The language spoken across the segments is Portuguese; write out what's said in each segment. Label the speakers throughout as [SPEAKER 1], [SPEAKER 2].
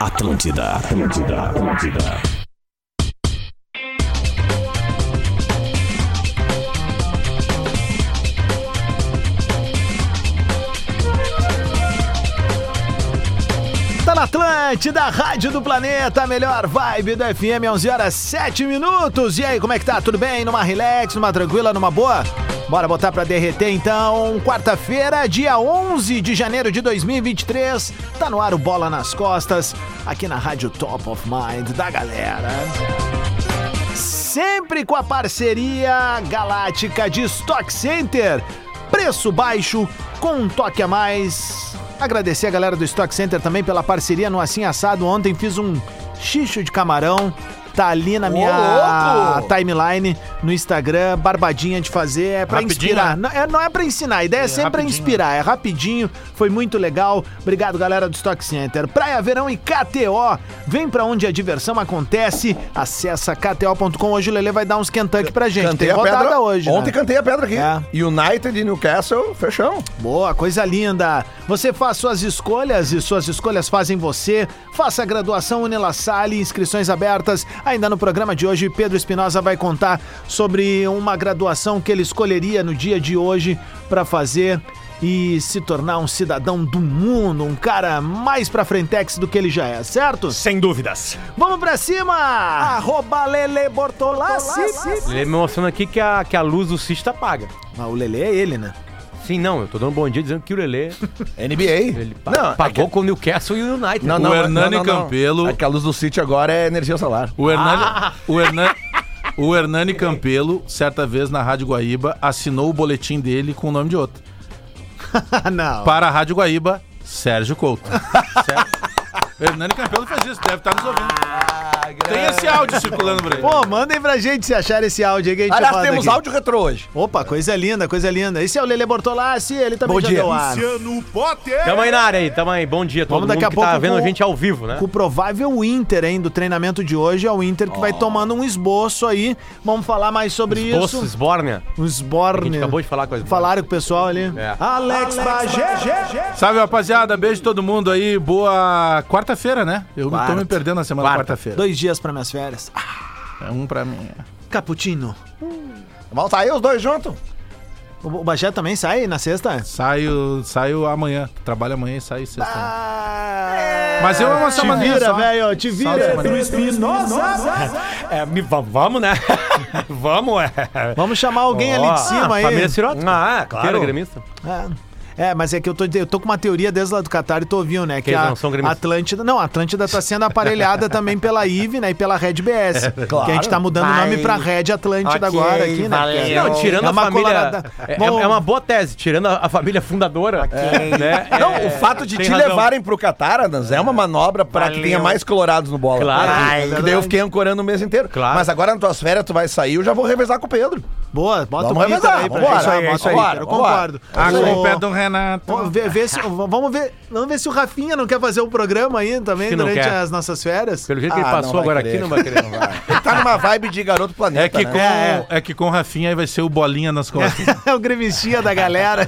[SPEAKER 1] Atlântida, Atlântida, Atlântida.
[SPEAKER 2] Tá na Atlântida, Rádio do Planeta, a melhor vibe da FM, 11 horas 7 minutos. E aí, como é que tá? Tudo bem? Numa relax, numa tranquila, numa boa? Bora botar pra derreter então. Quarta-feira, dia 11 de janeiro de 2023. Tá no ar o Bola nas Costas, aqui na Rádio Top of Mind da galera sempre com a parceria galáctica de Stock Center. Preço baixo, com um toque a mais. Agradecer a galera do Stock Center também pela parceria no Assim Assado. Ontem fiz um xixo de camarão. Tá ali na minha
[SPEAKER 3] louco!
[SPEAKER 2] timeline, no Instagram, barbadinha de fazer, é pra
[SPEAKER 4] Rapidinho,
[SPEAKER 2] inspirar.
[SPEAKER 4] né?
[SPEAKER 2] Não é, não é pra ensinar, a ideia é sempre pra
[SPEAKER 4] rapidinho, né?
[SPEAKER 2] inspirar respirar. É rapidinho, foi muito legal. Obrigado, galera do Stock Center. Praia Verão e KTO. Vem pra onde a diversão acontece. Acessa kto.com. Hoje o Lele vai dar uns quentão aqui pra gente. Tem rodada hoje.
[SPEAKER 3] Ontem
[SPEAKER 2] né?
[SPEAKER 3] cantei a pedra aqui.
[SPEAKER 2] É.
[SPEAKER 3] United e Newcastle, fechão.
[SPEAKER 2] Boa, coisa linda. Você faz suas escolhas e suas escolhas fazem você. Faça a graduação Unila Salle, inscrições abertas. Ainda no programa de hoje, Pedro Espinosa vai contar sobre uma graduação que ele escolheria no dia de hoje para fazer e se tornar um cidadão do mundo, um cara mais pra frentex do que ele já é, certo?
[SPEAKER 4] Sem dúvidas.
[SPEAKER 2] Vamos pra cima! Arroba Lele Bortolassi.
[SPEAKER 5] Ele me mostrando aqui que a, que a luz do Cista apaga.
[SPEAKER 2] Ah, o Lele é ele, né?
[SPEAKER 5] Sim, não, eu tô dando bom dia dizendo que o Lelê
[SPEAKER 3] NBA.
[SPEAKER 5] ele pa-
[SPEAKER 3] não,
[SPEAKER 5] pagou
[SPEAKER 3] é que-
[SPEAKER 5] com o Newcastle e o United.
[SPEAKER 3] Não,
[SPEAKER 5] O
[SPEAKER 3] não,
[SPEAKER 6] o
[SPEAKER 3] não,
[SPEAKER 6] Hernani
[SPEAKER 3] não, não, não.
[SPEAKER 6] Campelo.
[SPEAKER 3] É que a luz do City agora é energia solar.
[SPEAKER 6] O Hernani,
[SPEAKER 2] Ah.
[SPEAKER 6] o Hernan- o Hernani Campelo, certa vez na Rádio Guaíba, assinou o boletim dele com o nome de outro.
[SPEAKER 2] Ah, não.
[SPEAKER 6] Para a Rádio Guaíba, Sérgio Couto. Certo? O Hernani Campelo fez isso, deve estar nos ouvindo. Tem esse áudio circulando por aí.
[SPEAKER 2] Pô, mandem pra gente se achar esse áudio aí que a gente
[SPEAKER 3] Aliás,
[SPEAKER 2] roda
[SPEAKER 3] temos
[SPEAKER 2] aqui.
[SPEAKER 3] áudio retrô hoje.
[SPEAKER 2] Opa, coisa linda, coisa linda. Esse é o Lele Bortolassi, ele também
[SPEAKER 3] Bom
[SPEAKER 2] já
[SPEAKER 3] dia.
[SPEAKER 2] deu ar.
[SPEAKER 5] Tamo aí na área aí, tamo aí. Bom dia a todo
[SPEAKER 2] Vamos
[SPEAKER 5] mundo
[SPEAKER 2] daqui a
[SPEAKER 5] que
[SPEAKER 2] pouco
[SPEAKER 5] tá vendo
[SPEAKER 2] com-
[SPEAKER 5] a gente ao vivo, né?
[SPEAKER 2] Com o provável Inter, hein, do treinamento de hoje, é o Inter que vai tomando um esboço aí. Vamos falar mais sobre
[SPEAKER 5] Doce
[SPEAKER 2] isso.
[SPEAKER 5] Sbornia.
[SPEAKER 2] Um
[SPEAKER 5] É A gente
[SPEAKER 2] esborne.
[SPEAKER 5] acabou de falar com as
[SPEAKER 2] Falaram com o pessoal ali.
[SPEAKER 5] É.
[SPEAKER 2] Alex, Bagé.
[SPEAKER 6] Salve, rapaziada. Beijo todo mundo aí. Boa quarta-feira, né? Eu não tô me perdendo na semana
[SPEAKER 2] Quarta.
[SPEAKER 6] quarta-feira.
[SPEAKER 2] Dois dias pra minhas férias. Ah,
[SPEAKER 6] É um pra mim.
[SPEAKER 2] Caputino.
[SPEAKER 3] Vamos sair os dois juntos.
[SPEAKER 2] O o Bagé também sai na sexta?
[SPEAKER 6] Saio, saio amanhã. Trabalho amanhã e saio sexta.
[SPEAKER 2] Ah,
[SPEAKER 6] Mas eu amo essa
[SPEAKER 2] te
[SPEAKER 6] maneira
[SPEAKER 2] vira,
[SPEAKER 6] só.
[SPEAKER 2] velho, te
[SPEAKER 6] Só essa
[SPEAKER 2] vira.
[SPEAKER 6] maneira.
[SPEAKER 4] É, me, va- vamos, né? vamos, é.
[SPEAKER 2] Vamos chamar alguém ali de cima aí.
[SPEAKER 5] Família Cirota. Ah, claro. gremista.
[SPEAKER 2] É, é, mas é que eu tô, eu tô com uma teoria desde lá do Qatar e tu ouviu, né? Que,
[SPEAKER 5] eles
[SPEAKER 2] a
[SPEAKER 5] não são gremistas.
[SPEAKER 2] Atlântida. Não, a Atlântida tá sendo aparelhada também pela IVE, né? E pela Red
[SPEAKER 5] É
[SPEAKER 2] BS. que a gente tá mudando o nome
[SPEAKER 3] Vai.
[SPEAKER 2] pra Red Atlântida
[SPEAKER 3] Ok,
[SPEAKER 2] agora aqui, né?
[SPEAKER 3] valeu.
[SPEAKER 2] Porque-
[SPEAKER 5] Não, tirando
[SPEAKER 2] É
[SPEAKER 5] a
[SPEAKER 2] uma
[SPEAKER 5] família.
[SPEAKER 2] colorada-
[SPEAKER 5] É, é-
[SPEAKER 2] Bom.
[SPEAKER 5] é uma boa tese, tirando a, a família fundadora. né?
[SPEAKER 3] Não,
[SPEAKER 5] É,
[SPEAKER 3] o fato de
[SPEAKER 5] tem
[SPEAKER 3] te
[SPEAKER 5] razão.
[SPEAKER 3] levarem pro Catar, Anas, é uma manobra pra que tenha mais colorados no bola.
[SPEAKER 5] Claro.
[SPEAKER 3] Ai, que daí eu fiquei ancorando o mês inteiro.
[SPEAKER 5] Claro.
[SPEAKER 3] Mas agora nas tuas férias tu vai sair, eu já vou revezar com o Pedro.
[SPEAKER 2] Boa, bota
[SPEAKER 3] Vamos
[SPEAKER 2] o Peter
[SPEAKER 3] revezar,
[SPEAKER 2] aí pra
[SPEAKER 3] vambora,
[SPEAKER 2] gente.
[SPEAKER 3] é
[SPEAKER 2] bota
[SPEAKER 3] isso
[SPEAKER 2] o
[SPEAKER 3] aí,
[SPEAKER 2] Peter, eu
[SPEAKER 3] vambora. Tá
[SPEAKER 2] concordo.
[SPEAKER 6] A
[SPEAKER 2] Ô,
[SPEAKER 6] culpa é do Renato.
[SPEAKER 2] Vamos ver, ver se, vamos, ver, vamos ver se o Rafinha não quer fazer o programa aí também
[SPEAKER 5] que não
[SPEAKER 2] durante
[SPEAKER 5] quer.
[SPEAKER 2] as nossas férias.
[SPEAKER 5] Pelo jeito que
[SPEAKER 3] Ah,
[SPEAKER 5] ele passou
[SPEAKER 3] não vai
[SPEAKER 5] agora
[SPEAKER 3] querer.
[SPEAKER 5] aqui, não vai querer.
[SPEAKER 3] Ele tá numa vibe de garoto
[SPEAKER 6] É
[SPEAKER 3] planeta.
[SPEAKER 6] que, com,
[SPEAKER 3] né?
[SPEAKER 2] É,
[SPEAKER 6] é que com o Rafinha aí vai ser o bolinha nas costas.
[SPEAKER 2] É o gremistinha da galera.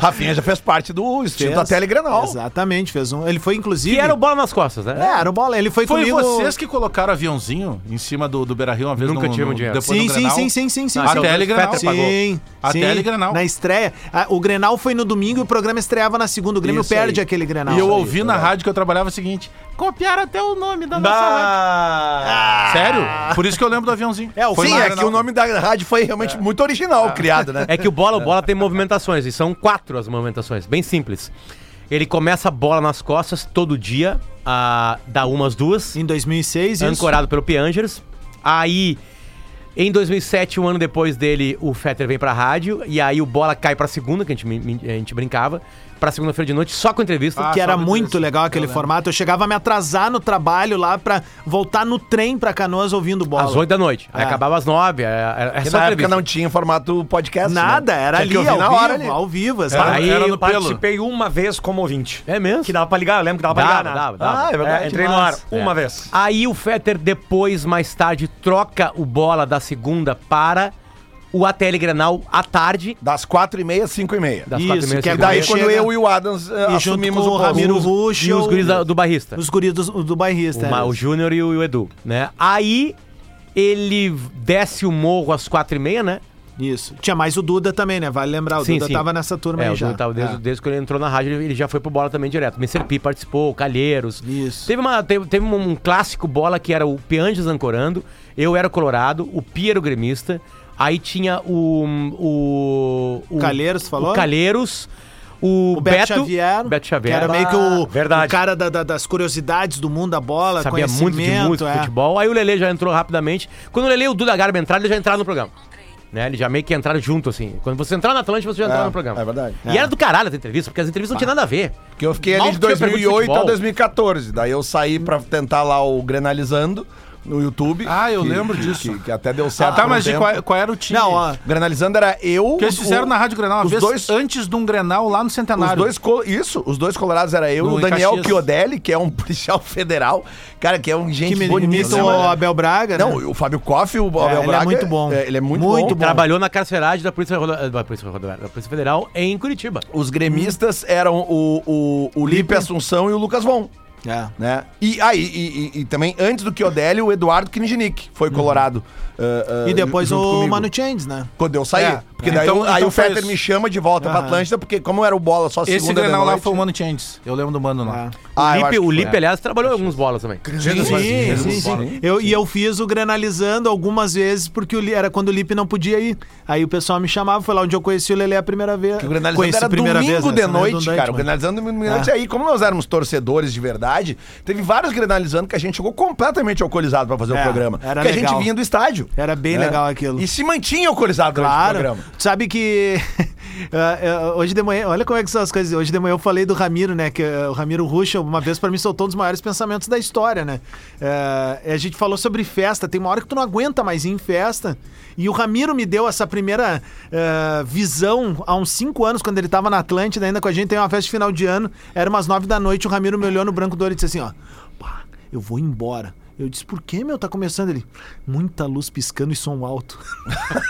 [SPEAKER 3] Rafinha já fez parte do estilo da Telegranal.
[SPEAKER 2] Exatamente, fez um. Ele foi, inclusive.
[SPEAKER 5] E era o bola nas costas, né?
[SPEAKER 2] É, era o bola. Ele foi,
[SPEAKER 6] Foi
[SPEAKER 2] comigo.
[SPEAKER 6] vocês que colocaram aviãozinho em cima do, do Beira Rio uma vez
[SPEAKER 5] Nunca
[SPEAKER 6] no,
[SPEAKER 5] tivemos
[SPEAKER 6] no,
[SPEAKER 5] dinheiro.
[SPEAKER 6] depois
[SPEAKER 2] Sim,
[SPEAKER 6] do
[SPEAKER 2] sim,
[SPEAKER 6] Grenal?
[SPEAKER 2] sim, sim, sim, sim.
[SPEAKER 6] A
[SPEAKER 2] sim.
[SPEAKER 6] Telegrenal
[SPEAKER 2] Sim,
[SPEAKER 6] pagou.
[SPEAKER 2] sim.
[SPEAKER 6] A Telegrenal.
[SPEAKER 2] Na estreia. Ah, O Grenal foi no domingo e o programa estreava na segunda. O Grêmio
[SPEAKER 3] Isso
[SPEAKER 2] perde
[SPEAKER 3] aí.
[SPEAKER 2] aquele Grenal.
[SPEAKER 6] E eu ouvi na rádio que eu trabalhava o seguinte: copiaram até o nome da nossa rádio. Sério? Por isso que eu lembro do aviãozinho.
[SPEAKER 2] Ah. É, o
[SPEAKER 6] Foi
[SPEAKER 3] Sim,
[SPEAKER 6] na
[SPEAKER 3] é
[SPEAKER 6] Grenal.
[SPEAKER 3] que o nome da rádio foi realmente muito original, criado, né?
[SPEAKER 5] É que o bola, o bola tem movimentações, e são quatro as movimentações, bem simples. Ele começa a bola nas costas todo dia, a, dá umas duas,
[SPEAKER 2] Em 2006, isso.
[SPEAKER 5] ancorado pelo Piangers. Aí, em 2007, um ano depois dele, o Fetter vem pra rádio, e aí o bola cai pra segunda, que a gente, mi- mi- a gente brincava, pra segunda-feira de noite, só com entrevista.
[SPEAKER 6] Ah,
[SPEAKER 2] que era
[SPEAKER 6] sabe
[SPEAKER 2] muito
[SPEAKER 6] disso.
[SPEAKER 2] legal aquele formato. Eu chegava a me atrasar no trabalho lá pra voltar no trem pra Canoas ouvindo bola.
[SPEAKER 5] Às oito da noite. Aí
[SPEAKER 6] Ah.
[SPEAKER 2] É.
[SPEAKER 5] acabava às nove. É, é, é
[SPEAKER 3] Porque
[SPEAKER 5] só
[SPEAKER 3] na época
[SPEAKER 5] entrevista.
[SPEAKER 3] não tinha formato podcast. né?
[SPEAKER 2] Nada, era
[SPEAKER 3] Tinha
[SPEAKER 2] ali,
[SPEAKER 3] que
[SPEAKER 2] ao
[SPEAKER 3] ouvir
[SPEAKER 2] vivo,
[SPEAKER 3] na hora ali.
[SPEAKER 2] ao vivo. exato.
[SPEAKER 6] Era-
[SPEAKER 4] Aí
[SPEAKER 6] era no
[SPEAKER 4] eu participei uma vez como ouvinte.
[SPEAKER 5] É mesmo?
[SPEAKER 4] Que dava pra ligar, eu lembro que dava pra
[SPEAKER 5] Dava,
[SPEAKER 4] ligar. né?
[SPEAKER 5] dava, dava.
[SPEAKER 3] Ah, é verdade.
[SPEAKER 4] É, entrei no ar
[SPEAKER 3] Massa.
[SPEAKER 4] uma vez.
[SPEAKER 5] Aí o Fetter depois, mais tarde, troca o bola da segunda para o ATL Grenal à tarde.
[SPEAKER 3] Das quatro e meia, cinco e meia.
[SPEAKER 5] Das
[SPEAKER 2] Isso,
[SPEAKER 5] quatro e meia,
[SPEAKER 2] que é
[SPEAKER 5] cinco e
[SPEAKER 3] Daí
[SPEAKER 5] meia.
[SPEAKER 2] Chega.
[SPEAKER 3] quando eu e o Adams eh,
[SPEAKER 2] E junto
[SPEAKER 3] assumimos
[SPEAKER 2] com o
[SPEAKER 3] o posto.
[SPEAKER 2] Ramiro Ruxo
[SPEAKER 5] E os guris da- do Barrista.
[SPEAKER 2] Os guris do, do bairrista.
[SPEAKER 5] O,
[SPEAKER 2] é.
[SPEAKER 5] Ma- o Júnior e o, e o Edu, né? Aí ele desce o morro às quatro e meia, né?
[SPEAKER 2] Isso. Tinha mais o Duda também, né? Vale lembrar, o
[SPEAKER 5] Sim,
[SPEAKER 2] Duda
[SPEAKER 5] sim.
[SPEAKER 2] tava nessa turma
[SPEAKER 5] é,
[SPEAKER 2] aí
[SPEAKER 5] o
[SPEAKER 2] já.
[SPEAKER 5] Duda tava desde,
[SPEAKER 2] É.
[SPEAKER 5] desde que ele entrou na rádio, ele, ele já foi pro bola também direto. Mr. P participou, o Calheiros.
[SPEAKER 2] Isso.
[SPEAKER 5] Teve, uma, teve, teve um clássico bola que era o Pianges ancorando, eu era o colorado, o Piero gremista, aí tinha o... o, o
[SPEAKER 2] Calheiros, falou?
[SPEAKER 5] O Calheiros, o,
[SPEAKER 2] O Beto,
[SPEAKER 5] Beto...
[SPEAKER 2] Xavier,
[SPEAKER 5] Beto Xavier.
[SPEAKER 2] que era meio que
[SPEAKER 5] Ah,
[SPEAKER 2] o,
[SPEAKER 5] Verdade.
[SPEAKER 2] o cara da- da- das curiosidades do mundo da bola,
[SPEAKER 5] sabia muito de
[SPEAKER 2] conhecimento,
[SPEAKER 5] música,
[SPEAKER 2] é.
[SPEAKER 5] futebol. Aí o Lele já entrou rapidamente. Quando o Lele e o Duda Garba entraram, eles já entraram no programa. Né? Eles já meio que entraram junto, assim. Quando você entrar na Atlântica, você já entrava no programa.
[SPEAKER 3] é Ah. verdade.
[SPEAKER 5] E era do caralho essa entrevista, porque as entrevistas não tinham nada a ver.
[SPEAKER 3] Porque eu fiquei
[SPEAKER 5] Mal
[SPEAKER 3] ali de
[SPEAKER 5] que tinha pergunta de
[SPEAKER 3] 2008 a
[SPEAKER 5] futebol.
[SPEAKER 3] 2014. Daí eu saí pra tentar lá o Grenalizando no YouTube.
[SPEAKER 6] Ah, eu
[SPEAKER 3] que-
[SPEAKER 6] lembro
[SPEAKER 3] que-
[SPEAKER 6] disso.
[SPEAKER 3] Que, que até deu
[SPEAKER 6] Ah,
[SPEAKER 3] certo.
[SPEAKER 6] tá,
[SPEAKER 3] por um
[SPEAKER 6] mas de
[SPEAKER 3] tempo.
[SPEAKER 6] qual, qual era o time?
[SPEAKER 2] Não, ó,
[SPEAKER 3] Grenalizando era eu.
[SPEAKER 6] que eles fizeram
[SPEAKER 3] o-
[SPEAKER 6] na Rádio Grenal uma
[SPEAKER 3] os
[SPEAKER 6] vez
[SPEAKER 3] dois-
[SPEAKER 6] antes de um Grenal lá no
[SPEAKER 3] Os
[SPEAKER 6] Centenário.
[SPEAKER 3] dois, co- isso, os dois colorados era eu e
[SPEAKER 6] No-
[SPEAKER 3] o
[SPEAKER 6] em
[SPEAKER 3] Daniel
[SPEAKER 6] Caxias.
[SPEAKER 3] Chiodelli, que é um policial federal. Cara, que é um
[SPEAKER 2] Que
[SPEAKER 3] gente
[SPEAKER 2] me
[SPEAKER 3] bonito.
[SPEAKER 2] imita o Abel Braga,
[SPEAKER 3] Não,
[SPEAKER 2] né?
[SPEAKER 3] o Fábio Koff, o Abel
[SPEAKER 2] ele é
[SPEAKER 3] Braga.
[SPEAKER 2] muito bom.
[SPEAKER 3] ele é muito,
[SPEAKER 2] Muito
[SPEAKER 3] bom.
[SPEAKER 2] bom.
[SPEAKER 5] Trabalhou na carceragem da Polícia, Rodo- da Polícia, Rodoviária- da Polícia Federal em Curitiba.
[SPEAKER 3] Os gremistas eram o, o, o Lipe Assunção e o Lucas Von.
[SPEAKER 2] É.
[SPEAKER 3] Né? E aí, e, e- e também antes do Chiodelli, o Eduardo Kinjinic foi colorado. ah, ah,
[SPEAKER 2] E depois
[SPEAKER 3] junto
[SPEAKER 2] o
[SPEAKER 3] comigo.
[SPEAKER 2] Manu Chains, né?
[SPEAKER 3] Quando eu saí.
[SPEAKER 2] É,
[SPEAKER 3] porque
[SPEAKER 6] é.
[SPEAKER 3] daí
[SPEAKER 6] Então-
[SPEAKER 3] o- aí
[SPEAKER 6] então
[SPEAKER 3] o
[SPEAKER 6] foi
[SPEAKER 3] Fetter
[SPEAKER 6] isso.
[SPEAKER 3] me chama de volta pra
[SPEAKER 2] Aham.
[SPEAKER 3] Atlântida, porque como era o bola só segunda
[SPEAKER 6] Esse
[SPEAKER 3] de
[SPEAKER 6] Grenal lá
[SPEAKER 3] noite-
[SPEAKER 6] foi o Mano Changes. Eu lembro do Mano lá.
[SPEAKER 5] O
[SPEAKER 3] Ah, eu
[SPEAKER 5] Lipe,
[SPEAKER 3] acho que
[SPEAKER 5] o
[SPEAKER 3] foi.
[SPEAKER 5] Lipe aliás, trabalhou em alguns bolas também.
[SPEAKER 2] Sim, sim, sim. Eu, e eu fiz o Granalizando algumas vezes, porque o Li- era quando o Lipe não podia ir. Aí o pessoal me chamava, foi lá onde eu conheci o Lele a primeira vez.
[SPEAKER 3] O Grenalizando
[SPEAKER 2] Conheci
[SPEAKER 3] era
[SPEAKER 2] a primeira vez,
[SPEAKER 3] domingo
[SPEAKER 2] né?
[SPEAKER 3] de
[SPEAKER 2] Sendo
[SPEAKER 3] noite,
[SPEAKER 2] redundante,
[SPEAKER 3] cara. O
[SPEAKER 2] mas-
[SPEAKER 3] Grenalizando domingo
[SPEAKER 2] É.
[SPEAKER 3] de noite. Aí, como nós éramos torcedores de verdade, teve vários Grenalizando que a gente chegou completamente alcoolizado pra fazer
[SPEAKER 2] É,
[SPEAKER 3] o programa.
[SPEAKER 2] era
[SPEAKER 3] porque a
[SPEAKER 2] legal.
[SPEAKER 3] gente vinha do estádio. Né?
[SPEAKER 2] Era bem legal aquilo.
[SPEAKER 3] E se mantinha alcoolizado durante o
[SPEAKER 2] Claro.
[SPEAKER 3] programa.
[SPEAKER 2] Sabe que ah, ah, hoje de manhã, olha como é que são as coisas. Hoje de manhã eu falei do Ramiro, né? Que ah, o Ramiro Ruxa, uma vez pra mim soltou um dos maiores pensamentos da história, né? Ah, a gente falou sobre festa. Tem uma hora que tu não aguenta mais ir em festa. E o Ramiro me deu essa primeira ah, visão há uns cinco anos, quando ele tava na Atlântida, ainda com a gente, tem uma festa de final de ano. Era umas nove da noite, o Ramiro me olhou no branco do olho e disse assim, ó. Pá, eu vou embora. Eu disse, por que, meu? Tá começando ele. Muita luz piscando e som alto.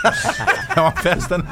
[SPEAKER 6] É uma festa. né?